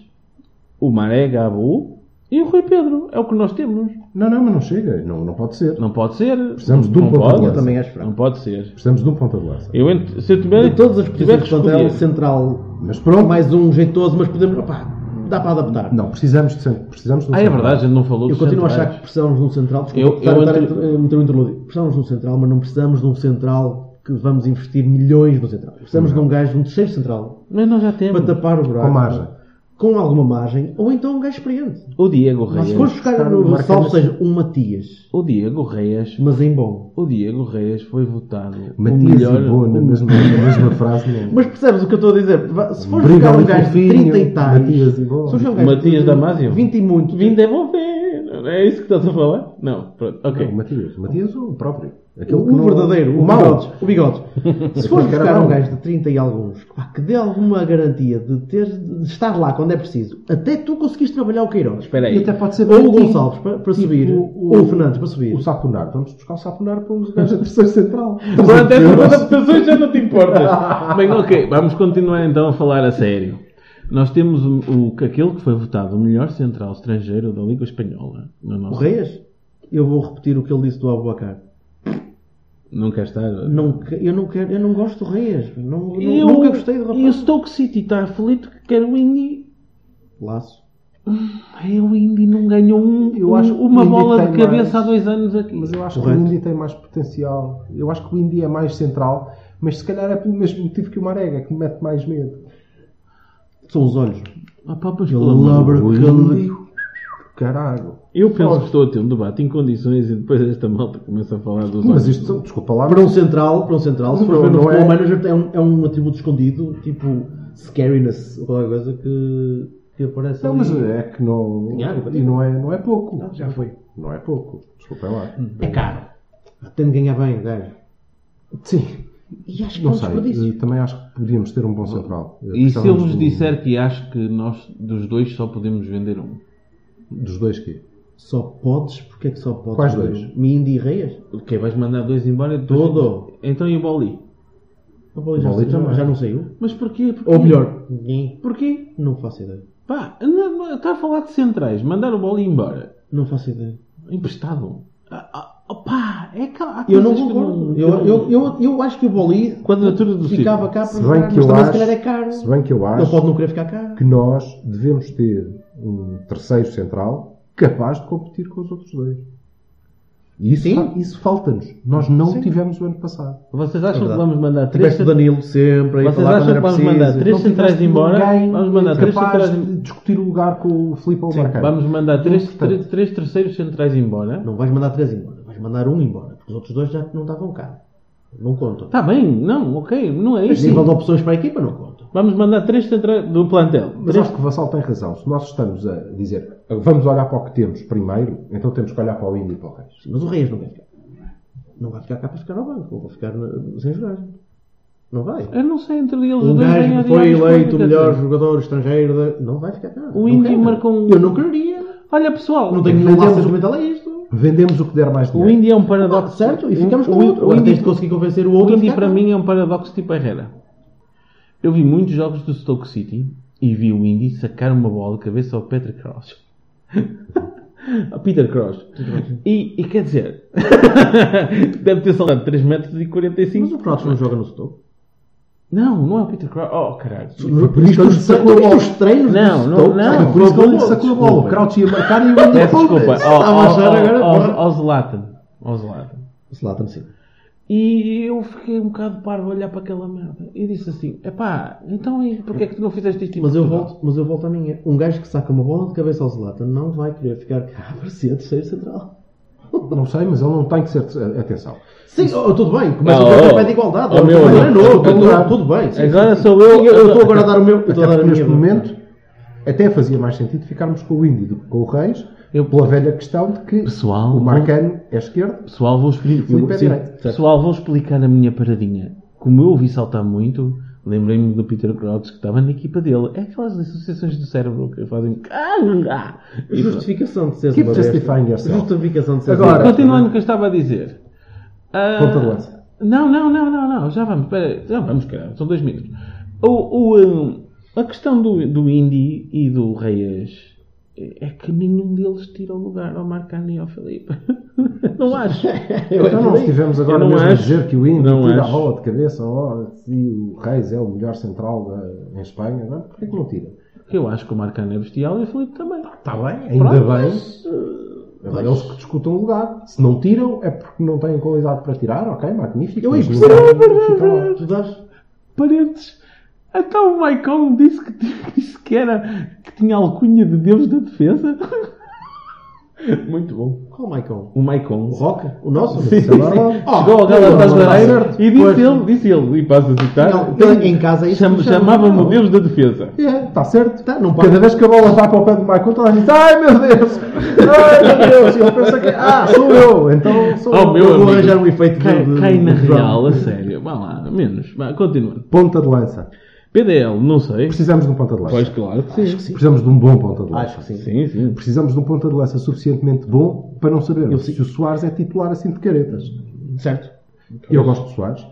o Maré Gabu e o Rui Pedro. É o que nós temos.
Não, não, mas não chega. Não, não pode ser.
Não pode ser.
Precisamos de um
não
ponta de
pode.
lança. Eu
também acho fraco.
Não pode ser.
Precisamos de um ponta de lança.
Eu ent- se eu tiver,
De todas as
tiver
posições
que
do plantel,
escolher,
é um central,
Mas pronto.
mais um jeitoso, mas podemos. opá, dá para adaptar.
Não, precisamos de centro. Precisamos de um
Ah, é
centro.
verdade, a gente não falou
Eu
dos
continuo a achar
centrais.
que precisamos de um central.
Eu-
Desculpa,
eu
eu, estar,
entro-
estar, a meter um interlúdio. Precisamos de um central, mas não precisamos de um central que vamos investir milhões no central. Precisamos de um gajo, um terceiro central,
Mas nós já temos.
para tapar o buraco.
Com margem.
Com alguma margem, ou então um gajo experiente.
O Diego
Mas se
Reis.
fores buscar
Marca
no
nesse-
salvo, seja um Matias,
O Diego Reis.
mas em bom.
O Diego Reis foi votado o
Matias
melhor.
e Boa na
o-
mesma, na mesma frase. Não...
Mas percebes o que eu estou a dizer? Va- Se fores buscar
Briga
um
ali
gajo de
fofinho,
30 e tais,
Matias
se
e bom.
fores buscar um gajo de
Matias Damasio?
20 e muito.
Vim devolver. É isso que estás a falar? Não, pronto, ok.
Não, Matias. Matias o próprio. Aquele que
O
não-
verdadeiro, o,
mau.
bigodes. O bigodes. Se fores
Aquele que era
buscar um
mau.
gajo de 30 e alguns, pá, que dê alguma garantia de, ter, de estar lá quando é preciso, até tu conseguiste trabalhar o Queiroz.
Espera aí.
E até pode ser
Ou o
Valentim.
Gonçalves para, para
Tipo,
subir,
o-
ou o Fernandes para subir.
O Sapunar. Vamos buscar o Sapunar para um gajo da terceira central.
Pronto, essas adaptações já não te importas. Bem, ok, vamos continuar então a falar a sério. Nós temos o, o- aquele que foi votado o melhor central estrangeiro da Liga Espanhola. No
O
nosso...
Reis, eu vou repetir o que ele disse do Abubacar.
Não quer estar.
Não, que- eu, não quero, eu não gosto do Reis. Não, não-
eu,
nunca gostei do
E o
rapaz.
Stoke City está aflito que quer o Indy.
Laço.
Ai, o Indy é não ganhou um,
Eu acho que
uma
o Indy
bola
tem
de cabeça
mais-
há dois anos aqui.
Mas eu acho
Correto.
que o Indy tem mais potencial. Eu acho que o Indy é mais central, mas se calhar é pelo mesmo motivo que o Marega, que me mete mais medo.
São os olhos.
Ah, pá, pois,
Ele
pelo amor de
labra
Deus.
aquele.
Caralho.
Eu penso que estou a ter um debate em condições e depois esta malta começa a falar dos
Mas
olhos.
isto, são- desculpa lá,
Para um central, para um central, se for
Não,
ver no
não
futebol
é.
manager, é um, é um atributo escondido, tipo scariness ou qualquer coisa que, que aparece
Não,
ali.
mas é que não.
Dinheiro,
E não é, não é pouco.
Não, já foi.
Não é pouco. Desculpem lá.
É caro. Tem de ganhar bem, o gajo.
Sim.
E acho que é
Não
um
sei.
desperdício.
eh, Também acho que podíamos ter um bom central. Eh,
E se eu
precisávamos
vos
do-
disser que acho que nós dos dois só podemos vender um?
Dos dois que
Só podes, porque é que só podes?
Quais
Bruno?
dois?
Mindy e Reis?
Ok, vais mandar dois embora e depois...
Todo.
Então e o Boli?
O Boli já,
Boli também.
já não saiu?
Mas porquê? porquê?
Ou melhor, ninguém.
Porquê?
não faço ideia.
Pá, anda- está a falar de centrais. Mandar o Boli embora.
Não faço ideia.
Emprestado. Ah, ah, oh, pá, é que há
Eu não
coisas que
concordo.
que
Eu, eu, eu, eu acho que o Boli
Quadratura do
ficava cá
círculo.
para
Se bem
jogar,
que
mas
eu
também
acho-
se calhar é caro.
Se bem que eu
Não
acho
pode não querer ficar caro.
que nós devemos ter um terceiro central capaz de competir com os outros dois. E isso,
Sim.
fa- isso falta-nos. Nós não
Sim.
tivemos o ano passado.
Vocês acham que
É Verdade.
vamos mandar três...
Tiveste o Danilo sempre, aí
Vocês
falar
acham
quando
que
era
vamos
preciso.
mandar três centrais embora? Vamos mandar três
capaz
centrais em-
de discutir o lugar com o Filipe Albuquerque.
Vamos mandar três,
Importante.
três, três terceiros centrais embora.
Não vais mandar três embora, vais mandar um embora, porque os outros dois já não estavam cá. Não contam.
Está bem, não, ok, não é
Mas
isso.
nível de opções para a equipa não contam.
Vamos mandar três centrais do plantel.
Mas
Três...
acho que o Vassal tem razão. Se nós estamos a dizer vamos olhar para o que temos primeiro, então temos que olhar para o índio e para o reis.
Sim, Mas o Reis não vai ficar. Não vai ficar cá para ficar no banco. Ou vai ficar na- sem jogar. Não vai.
Eu não sei entre eles
Um
dois ganhar
gajo que foi
diários
eleito o
quanto,
melhor
quer dizer.
jogador estrangeiro da- não vai ficar cá.
O
Não
Índio
quero.
marcou um-
Eu não queria.
Olha pessoal,
Não tenho nenhum
Vendemos-
laço sentimental a isto.
Vendemos o que der mais
o
dinheiro.
Índio é um paradoxo.
Certo? E ficamos
O-
com o
o-
outro.
o
Agora
Índio-
tens de conseguir convencer o
O
outro. a
Indy
ficar
para
cá.
mim é um paradoxo tipo Herrera. Eu vi muitos jogos do Stoke City e vi o Indy sacar uma bola de cabeça ao Peter Cross. *laughs* ao Peter Cross. E, e quer dizer, *laughs* deve ter saltado 3 metros e
Mas
45.
o Cross não joga no Stoke.
Não, não é o Peter Cross. Oh, caralho.
Foi por isso que ele sacou a bola.
Os treinos
Não,
do
não,
Stoke, sacou
não.
Foi por isso que
a
ele
bola.
sacou a bola. O Crouch ia marcar e o índio
Peço desculpa.
Foda-se.
Ao-
Estava a
ao-
achar agora,
ao-
porra.
ao- Ao oh, Zlatan. Ao Zlatan.
Slatan, sim.
E eu fiquei um bocado parvo a olhar para aquela merda. E disse assim: epá, então e porquê é que tu não fizeste isto? em
Mas eu,
Portugal?"
volto, mas eu volto à minha. Um gajo que saca uma bola de cabeça ao Zlatan não vai querer ficar cá *laughs* para ser terceiro central.
Não sei, mas ele não tem que ser. Atenção.
Sim, oh, tudo bem. Começa
Não,
com o
oh,
pé de igualdade.
oh,
Ele
meu
também
Deus.
é novo,
Eu tô-
tudo- tudo bem. sim,
Agora
sim.
sou eu.
Sim, Eu estou agora a dar o meu. eu Estou
Até
a dar a
porque
minha.
neste momento até fazia mais sentido ficarmos com o índio do que com o reis,
Eu-
pela velha questão de que
Pessoal,
o Marcano é esquerdo.
Pessoal, vou explicar.
Filipe é
sim,
direito, certo.
pessoal, vou explicar a minha paradinha. Como eu ouvi saltar muito, lembrei-me do Peter Crouch que estava na equipa dele. É aquelas associações do cérebro que fazem. Ah, ah, e pronto.
Justificação de seres
Keep
uma besta.
justifying yourself.
Justificação de seres
Agora-
uma besta.
Continuando o que eu estava a dizer. Ah,
Ponta de lança.
Não, não, não, não, não. Já vamos. Espera aí. Já vamos, caralho. São dois minutos. O, o, hum, a questão do, do Indy e do Reyes é que nenhum deles tira o lugar ao Marcano e ao Felipe. *laughs* Não acho.
Então não estivemos agora
é não
mesmo a
acho.
dizer que o Índio
Não
tira
acho.
a bola de cabeça ó, e o Reis é o melhor central da- em Espanha. Não, é? porquê que não tira?
Eu acho que o Marcano é bestial e o Felipe também.
Tá
Está bem, ainda
Pronto, eh,
bem. Agora eles que discutam o lugar. Se não tiram, é porque não têm qualidade para tirar, ok? Magnífico.
Eu
Mas
aí
não
percebo.
é
têm, fica lá.
Tu dás-
Parentes. Até o Maicon disse que, *laughs* disse que era que tinha a alcunha de Deus da defesa. Muito bom.
Qual o Maicon?
O Maicon.
O Roca? O nosso?
Sim,
Isso
sim.
é normal. Oh,
Chegou ao Galatasaray
não, não, não.
e disse
Pois.
ele, disse ele, e passo a citar,
Não, ele em casa é isso
cham-
que chama.
chamava-me o
Não.
Deus da defesa.
É, está certo.
Tá, não
Cada vez que a bola vai para o pé do Michael, toda a gente ai meu Deus, *laughs* ai meu Deus, e ele pensa que, ah, sou eu, então sou
Oh,
eu.
meu
eu vou
amigo.
arranjar um efeito de-
cai,
de-
cai
de-
na
de-
real, a sério. Vá lá, menos. Vá, continuando.
Ponta de lança.
PDL, não sei.
Precisamos de um ponta de lança.
Pois, claro que sim.
Precisamos de um bom ponta de lança.
Acho que sim.
Sim, sim.
Precisamos de um ponta de lança suficientemente bom para não saber se o Soares é titular assim de caretas.
Certo.
Eu gosto do Soares,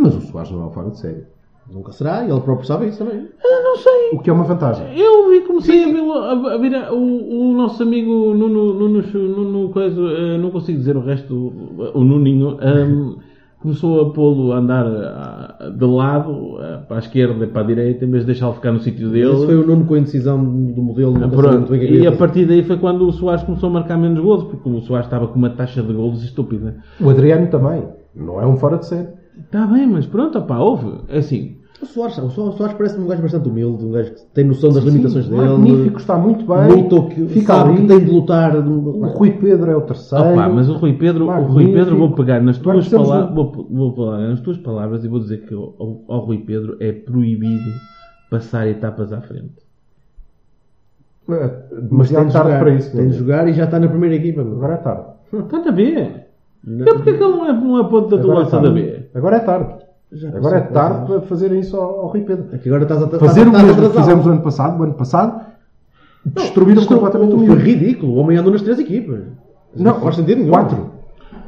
mas o Soares não é um fora de série.
Nunca será. Ele próprio sabe isso também.
Eu não sei.
O que é uma vantagem.
Eu vi, comecei a ver, a, a ver a- o, o nosso amigo Nuno, Nuno, Chu- Nuno coisa, eh, não consigo dizer o resto, o o Nuninho, ehm, começou a pô-lo a andar ah, de lado, ah, para a esquerda e para a direita, em vez de deixá-lo ficar no sítio
Esse
dele.
foi o Nuno com a indecisão do modelo. nunca sabia muito
Ah, Pronto,
bem o que é que
e
ia
a
fazer.
partir daí foi quando o Soares começou a marcar menos golos, porque o Soares estava com uma taxa de golos estúpida.
O Adriano também. Não é um fora de série.
Está bem, mas pronto, opá, houve. É Assim,
O Soares, o Soares, o Soares parece-me um gajo bastante humilde, um gajo que tem noção das limitações
Sim,
dele.
Magnífico, está muito bem.
Lutou que
Fica
sabe
ali.
que tem de lutar.
O Rui Pedro é o terceiro.
Opa, mas o Rui Pedro, o
Magnífico.
Rui Pedro vou pegar nas
Agora
tuas,
precisamos
pala-
de um-
vou, vou falar nas tuas palavras e vou dizer que ao, ao Rui Pedro é proibido passar etapas à frente.
É, demasiado tarde para isso.
Tem de jogar e já está na primeira equipa. meu.
Agora é tarde.
Está na B. Então porquê que ele não é, não é ponto da
Agora é
tua da B?
tarde. Agora é tarde.
Já
Agora é
passou.
tarde para fazerem isso ao, ao Rui Pedro.
É que agora estás a estás a-
Fazer o
estás
mesmo que
atrasado.
fizemos o ano passado, o ano passado, destruíram
Isto
completamente o
Foi
miúdo.
ridículo. O homem andou nas três equipas.
Não,
faz sentido nenhum.
quatro.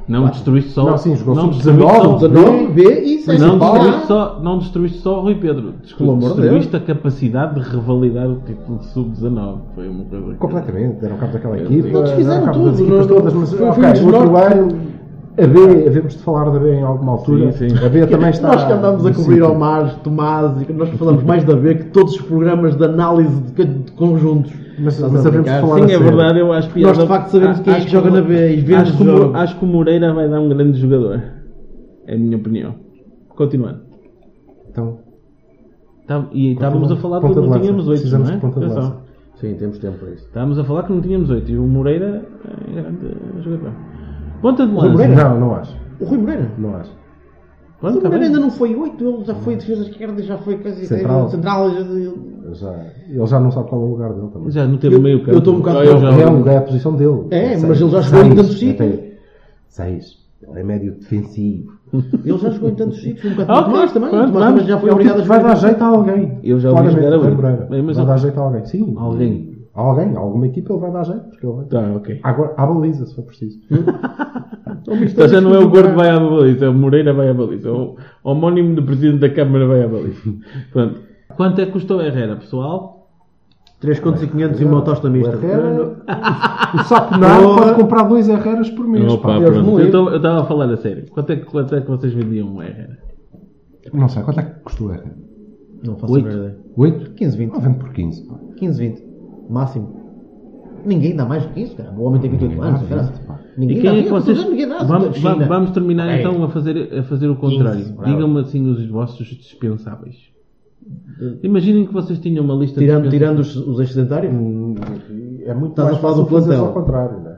Não destruíste só.
Não, sim, jogou
não destruíste só,
19, 19,
9, B e 6.
não, destruíste só, não destruíste só o Rui Pedro.
Pelo amor de
Destruíste a capacidade de revalidar o título de sub-19. Foi uma coisa. que-
Completamente, deram cabo daquela equipa.
Eles
deram
fizeram
cabo
tudo,
das equipas
não-
todas, mas
foi- foi
ok,
um
outro
desnorte.
ano. A B, havemos de falar da B em alguma altura.
Sim, sim. *laughs*
A B também está.
Nós que andámos a
no
cobrir
sítio.
ao mar, Tomás, e nós que falamos mais da B que todos os programas de análise de, de conjuntos.
Mas-
Estás
mas
a
sabemos
brincar?
falar
Sim, é
sério.
verdade, eu acho piada.
Nós, de facto, sabemos quem é que
Acho
joga na B e vemos
acho que, o-
jogos.
acho que o Moreira vai dar um grande jogador. É a minha opinião. Continuando.
Então,
Tá- e estávamos a falar
Ponta
que
de
não
lança.
tínhamos oito, não
Precisamos
é?
de ponta de
Atenção.
lança.
Sim, temos tempo para isso.
Estávamos a falar que não tínhamos oito e o Moreira é grande jogador. Ponta de
Rui
lança.
Moreira? Não, não acho.
O Rui Moreira.
Não acho.
Mas
Pronto, tá bem.
ainda não foi 8, ele já foi defesa esquerda, e já foi quase
Central.
central já-
Já, ele já não sabe qual é o lugar dele também.
Já no teve meio campo.
eu tô um bocado
Ah, eu já-
É, o lugar, é a posição dele.
É,
Seis.
mas ele já jogou em
Seis.
tantos sítios.
Até- Seis. Ele é médio defensivo.
Ele já jogou em tantos sítios, um
Ah,
bocado
ok.
mais também.
Pronto,
Tomás
vamos.
também já foi
Ele
obrigado a
vai
jogar.
dar jeito a alguém.
Eu já ouvi
Claramente,
jogar a
o
muito.
Braga.
Bem, mas
Vai
eu-
dar jeito a alguém. Sim.
Alguém.
A alguém. A alguma equipa ele vai dar jeito. Porque ele vai...
Tá, ok.
Agora, à baliza, se for preciso.
Então já não é o gordo que vai à baliza, é o Moreira vai à baliza. é O o homónimo do presidente da Câmara vai à baliza. Pronto. Quanto é que custou a Herrera, pessoal?
3 contos e 500 e uma tosta mista.
Herrera, o Saponaro pode comprar dois Herreras por mês.
Opa,
pá.
Deus me
pronto.
livre.
Eu tô- eu estava a falar a sério. Quanto é, que- quanto é que vocês vendiam um Herrera?
Não sei, quanto é que custou a Herrera?
Não faço
Oito.
a menor ideia.
8?
15, 20.
Não vende por 15. pá.
15, 20. Máximo. Ninguém dá mais do que isso, cara. O homem tem 28
Ninguém
anos,
dá
cara.
20, pá.
Ninguém dá
E quem é
20,
que vocês...
ninguém dá.
Vamos,
China.
va- vamos terminar
É.
então a fazer, a fazer o contrário.
bravo.
Digam-me assim os vossos dispensáveis. Imaginem que vocês tinham uma lista
Tirando,
de
tirando
dispensáveis.
os, os excedentários,
Hum, É muito
Estás
mais
a falar
fácil
do plantel.
fazeres ao contrário, não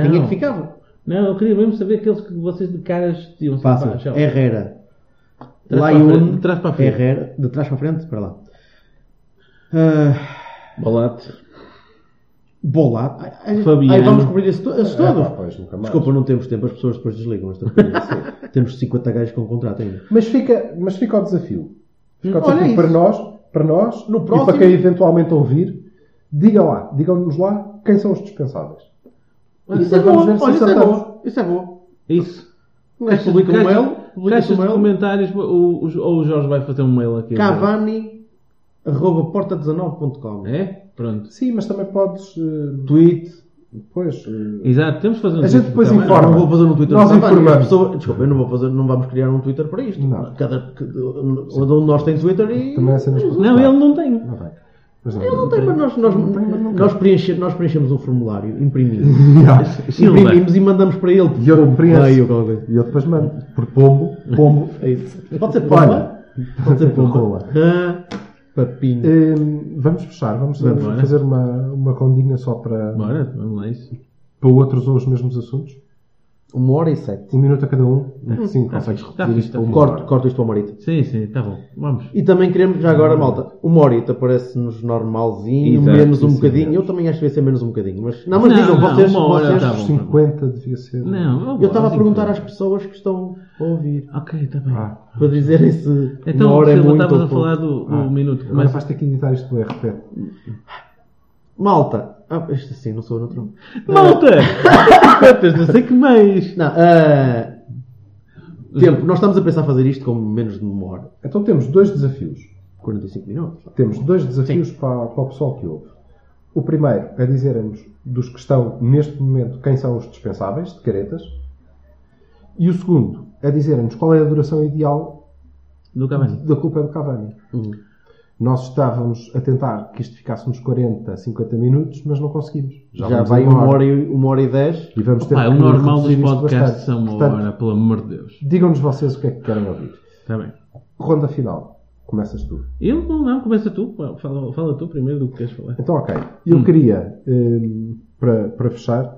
é?
Não,
quem é que ficava?
não, eu queria mesmo saber aqueles que vocês de caras tinham
Fácil.
Tchau.
Herrera.
Trás para a frente,
Laiun.
de trás para a frente.
Herrera. De trás para a frente, para lá. Ah,
Bolate.
Bolado. Ai, ai,
Fabiano.
ai, vamos cobrir isso to esses todos.
Ah, É, pá, pois, nunca mais.
Desculpa, não temos tempo. As pessoas depois desligam esta coisa. Sim. É, Temos 50 gajos com contrato ainda.
Mas fica, mas fica o desafio. Fica o
Olha
desafio
isso.
para nós, para nós
No
e
próximo-
para quem eventualmente ouvir. Diga lá, digam-nos lá quem são os dispensáveis. E
Isso é
depois vamos
bom.
ver se
Olha, isso é
acertamos.
bom. Isso é bom.
Isso.
Um gajo publica um
Caixa-
mail. Publica
Caixas
um
de
mail.
comentários, ou, o- ou o Jorge vai fazer um mail aqui.
Cavani arroba porta19.com
É? Pronto.
Sim, mas também podes. eh,
Tweet.
Depois. eh,
Exato, temos de fazer um
A gente
teste
depois
também.
informa.
Eu não vou fazer no Twitter
Nós
do Cavani.
informamos.
As pessoas- desculpa, eu não vou fazer, não vamos criar um Twitter para isto.
Não.
Cada, cada, cada um de nós tem Twitter e.
Também é cenas para
Não,
contar.
ele não tem.
Não vai. Mas não,
Ele não tem, mas nós, nós, nós, preenche- nós preenchemos um formulário, imprimimos.
Silva.
imprimimos e mandamos para ele.
E eu preencho.
Leio, qualquer coisa.
E eu depois mando. Por pombo, *laughs* pombo.
É isso. Pode ser pomba. Pode ser pomba.
Rola.
Ah, papinho.
Hum, vamos fechar, vamos,
Vamos,
vamos
bora.
fazer uma, uma rondinha só para,
Bora, vamos
é
lá isso.
para outros ou os mesmos assuntos.
Uma hora e sete.
Um minuto a cada um. Sim,
tá
consegues
fixe, tá
repetir
fixe,
isto
tá
por uma
Corto,
hora.
corto isto para o marido.
Sim, sim, tá bom. Vamos.
E também queremos, já agora, malta, uma horita parece-nos normalzinho,
Exato,
menos um
isso
bocadinho.
mesmo.
Eu também acho que vai ser menos um bocadinho. Mas, não, mas
Não,
digam,
não,
vocês.
uma hora
vocês-
tá bom.
50 devia ser.
Não, assim,
eu estava a perguntar às pessoas que estão a ouvir.
Ok, tá bem.
Ah,
Para dizerem se
Então,
uma hora é
Silva,
muito
estavas
ou
a
pouco.
falar do, do
ah.
minuto.
Agora
*laughs*
Mas
vais ter que editar isto do RP.
Malta. Ah, isto assim, não sou natural.
Malta! Contas, não sei que mais.
Não, ah, tempo. Nós estamos a pensar fazer isto com menos de uma hora.
Então temos dois desafios.
45 minutos.
Temos dois desafios para, para o pessoal que ouve. O primeiro é dizerem-nos dos que estão neste momento quem são os dispensáveis de caretas. E o segundo é dizerem-nos qual é a duração ideal
Do Cavani.
da culpa é do Cavani.
Hum.
Nós estávamos a tentar que isto ficasse uns 40, 50 minutos, mas não conseguimos.
Já
vamos
vai
um
a
uma hora, e, uma hora e dez.
E vamos ter
Pá, é o
que
um normal
reduzir
dos
isto
podcasts
bastante.
são uma
Portanto,
hora, pelo amor de Deus.
Digam-nos vocês o que é que querem ouvir.
Tá bem.
Ronda final. Começas tu.
Eu não, não, começa tu. Fala, fala tu primeiro do que queres falar.
Então, ok. Eu queria, hum, para, para fechar,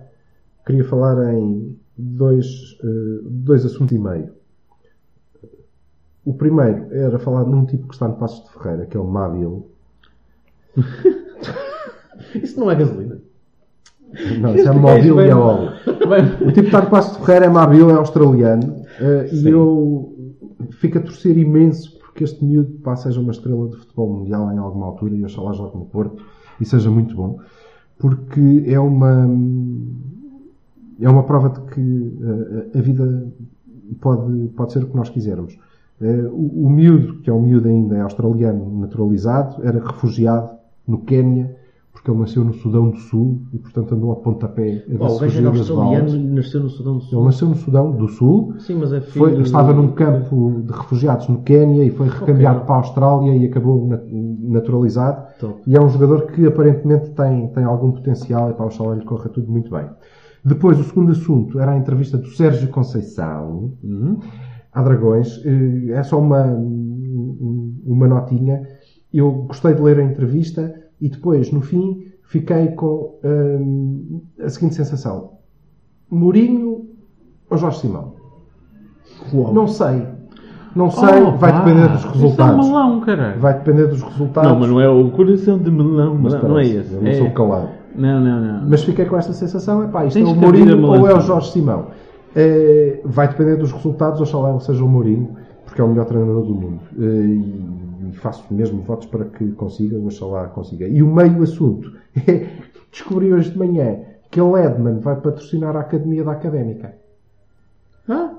queria falar em dois, eh, dois assuntos e meio. O primeiro era falar num tipo que está no Passos de Ferreira, que é o Mabil.
Isso não é gasolina.
Não, isso é
gajo
Móbil e
vem-
é óleo.
Vai-
O tipo que está no Passos de Ferreira é Mabil, é australiano. eh, e
Sim.
eu fico a torcer imenso porque este miúdo pá, seja uma estrela de futebol mundial em alguma altura e oxalá jogue no Porto e seja muito bom. Porque é uma... é uma prova de que eh, a vida pode, pode ser o que nós quisermos. Eh, O, o miúdo, que é um miúdo ainda, é australiano naturalizado, era refugiado no Quénia, porque ele nasceu no Sudão do Sul e, portanto, andou a pontapé a
Pá, o
dar-se
gajo era
fugir das
um australiano
balas.
e nasceu no Sudão do
Ele
Sul.
nasceu no Sudão do Sul,
Sim, mas é filho
foi,
do-
estava num campo de refugiados no Quénia e foi recambiado para a Austrália e acabou na- naturalizado.
Top.
E é um jogador que aparentemente tem, tem algum potencial e para o Chalé lhe corra tudo muito bem. Depois, o segundo assunto era a entrevista do Sérgio Conceição
Uhum.
à Dragões. Eh, É só uma, um- uma notinha. Eu gostei de ler a entrevista e depois, no fim, fiquei com hum, a seguinte sensação: Mourinho ou Jorge Simão?
Uau.
Não sei. Não sei,
Oh,
vai
pá,
depender dos resultados.
Isso é um melão, caralho.
Vai depender dos resultados.
Não, mas não é o coração de melão,
Mas
mas não é
parece,
esse.
Eu não
é...
sou calado.
Não, não, não.
Mas fiquei com esta sensação, é pá, isto
Tens
é o
que abrir a
Mourinho ou é
balança.
o Jorge Simão. Eh, vai depender dos resultados, oxalá ele seja o Mourinho, porque é o melhor treinador do mundo. Eh, e, e faço mesmo votos para que consiga, oxalá consiga. E o meio assunto *laughs* é, descobri hoje de manhã que a Ledman vai patrocinar a Academia da Académica.
Ah,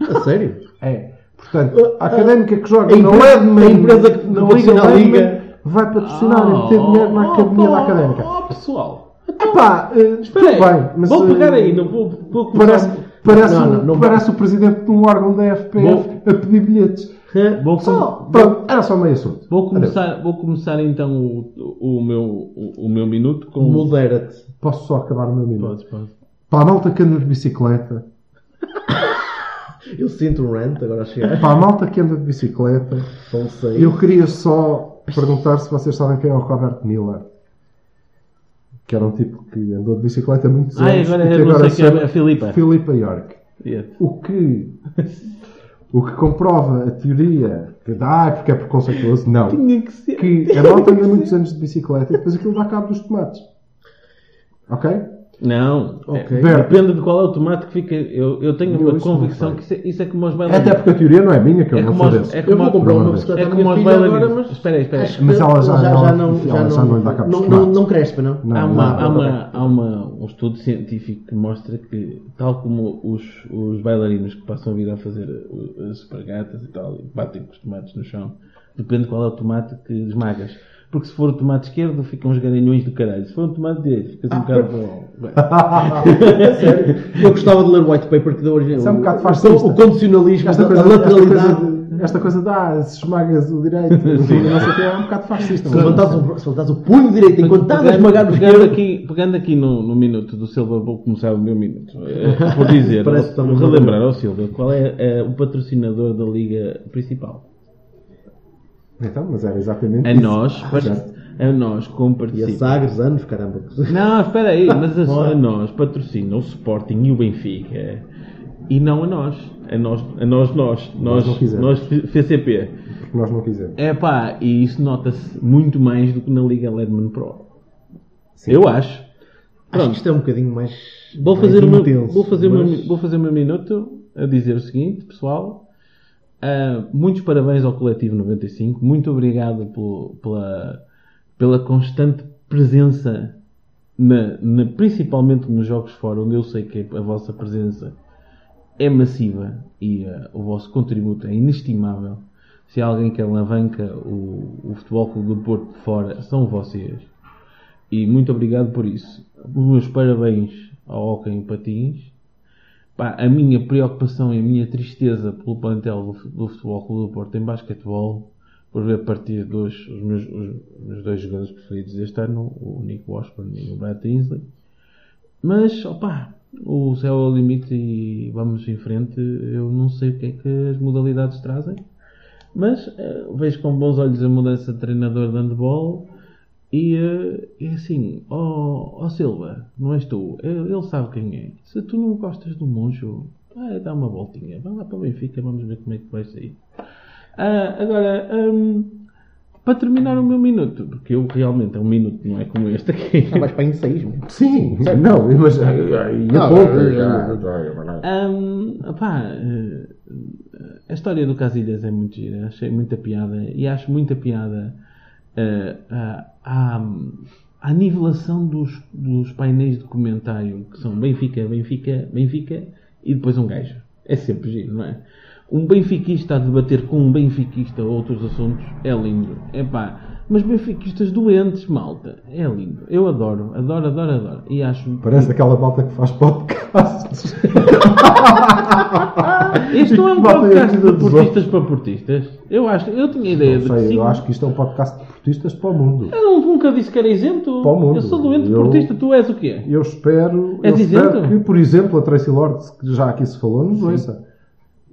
a sério?
É. Portanto, a Académica que joga
Ah, a
na
empresa-
Ledman,
a empresa que
na
patrocina
Liga
a
Ledman,
Liga. Oh,
vai patrocinar e meter dinheiro na Academia da Académica.
Oh, pessoal.
então,
Epá, eh,
Espera aí.
tudo bem, mas
vou
eh,
pegar aí, não vou, vou começar...
Parece, parece,
Não,
um-
não, não
parece o presidente de um órgão da FPF a pedir bilhetes.
Vou,
Só,
com-
pronto, era só meio assunto.
vou
Adeus.
começar, vou começar então o, o, meu, o, o meu minuto com...
Modera-te.
Posso só acabar o meu minuto?
Podes, podes.
Para a malta que anda de bicicleta,
Eu sinto um rant agora a chegar.
para a malta que anda de bicicleta,
Não sei.
eu queria só perguntar se vocês sabem quem é o Robert Miller. Que era um tipo que andou de bicicleta há muitos
Ah,
anos.
agora
e
é não sei que é a Filipa.
Filipa York.
Yeah.
O que,
*laughs*
o que comprova a teoria que dá, ah, é porque é preconceituoso, não.
Tinha que ser.
que a malta anda muitos anos de bicicleta e depois aquilo dá cabo dos tomates. Ok?
Não.
Ok.
É, depende de qual é o tomate que fica. Eu, eu tenho
Eu
uma
isso não
convicção
sei.
que isso é, isso é como os bailarinos.
Até porque a teoria não é minha, que eu
É
não
como
sou
os-
desses.
é
Eu
como
vou comprar uma
Provavelmente.
bicicleta
É
à
como
minha
os
filha agora,
bailarinos.
mas...
Espera aí, espera aí.
acho que
Mas ela já- ela-
não,
ela já não lhe dá cabo
não,
de
não,
nada.
não crespa, não? *laughs*
Não,
Há,
não,
uma,
não,
há,
não.
uma, há uma- um estudo científico que mostra que, tal como os, os bailarinos que passam a vida a fazer uh, as supergatas e tal, e batem com os tomates no chão, depende qual é o tomate que esmagas. Porque se for o tomate esquerdo, ficam uns garanhões do caralho. Se for o tomate direito, ficas
Ah,
um bocado bom.
Tá,
*laughs*
Eu gostava de ler o white paper que deu origem.
Isso é um
*laughs*
bocado
o-
fascista.
O condicionalismo,
Esta
a
coisa, esta
lateralidade.
coisa de, esta coisa de ah, se esmagas o direito,
*laughs*
não sei o quê, é um bocado fascista.
Se
mas-
levantares o, se levantares o punho direito enquanto estás a esmagar o
pegando
tá, esquerdo.
aqui, pegando aqui no, no minuto do Silva, vou começar o meu minuto. eh,
*laughs*
Por dizer,
Parece que tá
vou,
estamos a-
relembrar ao Silva qual é eh, o patrocinador da Liga Principal.
Então, mas era exatamente
A
isso.
É nós, par- a nós
E
como
a
participa.
Sagres, anos, caramba.
Não, espera aí, mas é a, a nós patrocina o Sporting e o Benfica e não a nós. A nós, a nós, nós,
não
nós,
quisemos.
nós F- FCP.
Porque nós não quisemos.
É pá, e isso nota-se muito mais do que na Liga Ledman Pro. Eu acho.
Acho
Pronto.
que isto é um bocadinho mais.
Vou
mais
fazer, uma,
intenso,
vou, fazer uma-
mas-
vou fazer um minuto a dizer o seguinte, pessoal. Ah, muitos parabéns ao Coletivo 95. Muito obrigado pelo- pela, pela constante presença, na- na- principalmente nos Jogos Fora, onde eu sei que a vossa presença é massiva e ah, o vosso contributo é inestimável. Se há alguém que alavanca o, o Futebol Clube do Porto de fora, são vocês. E muito obrigado por isso. Os meus parabéns ao Hockey em Patins. Pá, a minha preocupação e a minha tristeza pelo plantel do, fu- do Futebol Clube do Porto em basquetebol, por ver partir dois, os, meus, os meus dois jogadores preferidos deste ano, o Nick Washburn e o Brad Tinsley. Mas, opá, o céu é o limite e vamos em frente. Eu não sei o que é que as modalidades trazem, mas eh, vejo com bons olhos a mudança de treinador de handball. E eh, é assim, ó ó Silva, não és tu, ele ele sabe quem é. Se tu não gostas do Monjo, vai dar uma voltinha, vai lá para o Benfica, vamos ver como é que vai sair. Ah, agora, hum, para terminar o meu minuto, porque eu realmente é um minuto, não é como este aqui.
Ah, vais para aí em seis, mano.
Sim, é, não, mas. é, E a
é,
pouco.
Hum, opá, eh, a história do Casilhas é muito gira, achei muita piada e acho muita piada eh, a- à, à nivelação dos, dos painéis de comentário que são Benfica, Benfica, Benfica e depois um gajo. É sempre giro, não é? Um benfiquista a debater com um benfiquista outros assuntos é lindo. É pá, mas benfiquistas doentes, malta, é lindo. Eu adoro, adoro, adoro, adoro. E acho
Parece daquela malta que faz
*laughs*
podcasts.
Isto não é um
Bota
podcast
aí a
de
vida dos
portistas para portistas. Eu acho, eu tinha ideia de
Não
que
sei,
sim.
eu acho que isto é um podcast de portistas para o mundo.
Eu não- nunca disse que era isento.
Para o mundo.
Eu sou doente
Eu-
portista, tu és o quê?
Eu espero,
É
eu espero
isento?
que, por exemplo, a Tracy Lords, que já aqui se falou, nos ouça.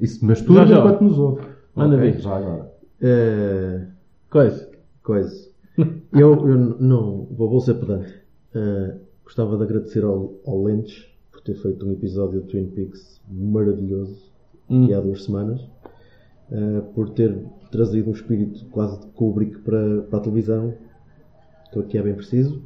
Isso, mas tudo
Já, já.
enquanto nos ouve.
Manda
Ok,
ver.
Já agora.
Eh,
*laughs* Coisa.
coisa. Eu, eu n- não vou, vou ser pedante. Eh, gostava de agradecer ao, ao Lentes por ter feito um episódio de Twin Peaks maravilhoso
Hum.
que há duas semanas. eh, por ter trazido um espírito quase de Kubrick para, para a televisão, que aqui é bem preciso.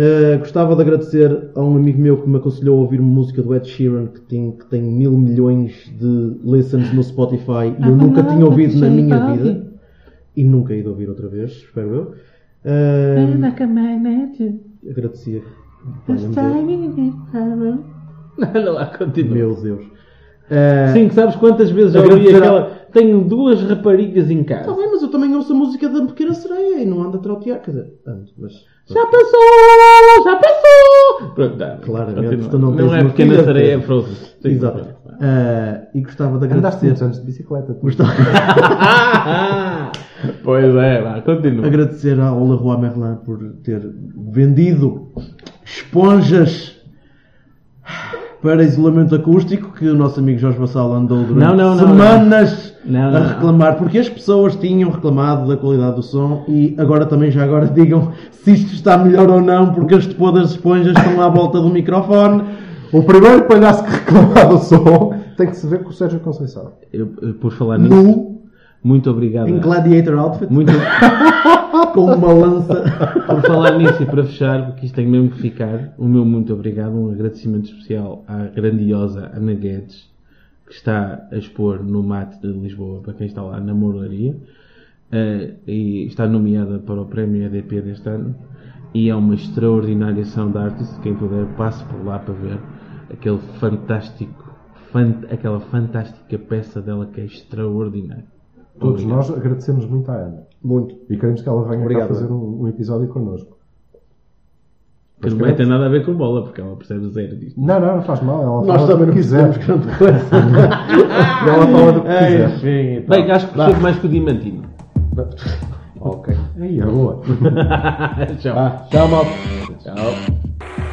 Eh, gostava de agradecer a um amigo meu que me aconselhou a ouvir música do Ed Sheeran, que tem, que tem mil milhões de listens no Spotify e eu nunca tinha ouvido na minha vida. E nunca hei de ouvir outra vez, espero eu. Eh, agradecia. Valha-me Deus.
Não, não há continua.
Meu Deus. Eh,
Sim, que sabes quantas vezes já ouvi
Agradecer ao-
aquela. Tenho duas raparigas em casa.
Está tá bem, mas eu também ouço a música da Pequena Sereia e não ando a trautear. Quer dizer, ando, mas.
Já passou! Já passou! Pronto, tá.
Claramente,
Continua.
tu não tens
é
uma
pequena
filha,
sereia, é
Pedro.
Frozen. Sim,
Exato.
pronto.
Ah, e gostava de
Andaste
agradecer.
muitos anos de bicicleta. tu.
Gostava
*laughs* pois é, vá, continua.
agradecer ao Leroy Merlin por ter vendido esponjas para isolamento acústico que o nosso amigo Jorge Bassal andou durante
Não, não, não,
semanas
não. Não, não,
a reclamar porque as pessoas tinham reclamado da qualidade do som e agora também já agora *laughs* digam se isto está melhor ou não porque as todas das esponjas estão à volta do microfone
O primeiro palhaço que *laughs* reclamar do som tem que se ver com o Sérgio Conceição.
Eu, eu, por falar nisso,
nu
muito obrigado.
em gladiator outfit
Muito
com uma
*laughs*
lança
Por falar nisso e para fechar, porque isto tem mesmo que ficar, o meu muito obrigado, um agradecimento especial à grandiosa Ana Guedes, que está a expor no Mate de Lisboa, para quem está lá na Mouraria, eh, e está nomeada para o Prémio EDP deste ano, e é uma extraordinária ação de arte, se quem puder passe por lá para ver aquele fantástico, fan- aquela fantástica peça dela que é extraordinária.
Todos
Obrigado.
nós agradecemos muito à Ana.
muito
E queremos que ela venha
Obrigado,
cá fazer
Ana.
um, um episódio connosco.
Que não vai ter nada a ver com bola, porque ela percebe zero disto.
Não, não, não faz mal. Ela
nós
fala
também
do
não
que quiser.
precisamos grande coisa
*laughs*
É
Ela fala do que quiser.
enfim então.
Bem, acho que percebo mais que o Dimantino.
Ok. Aí, é boa.
Tchau.
Ah, tchau, malta.
Tchau.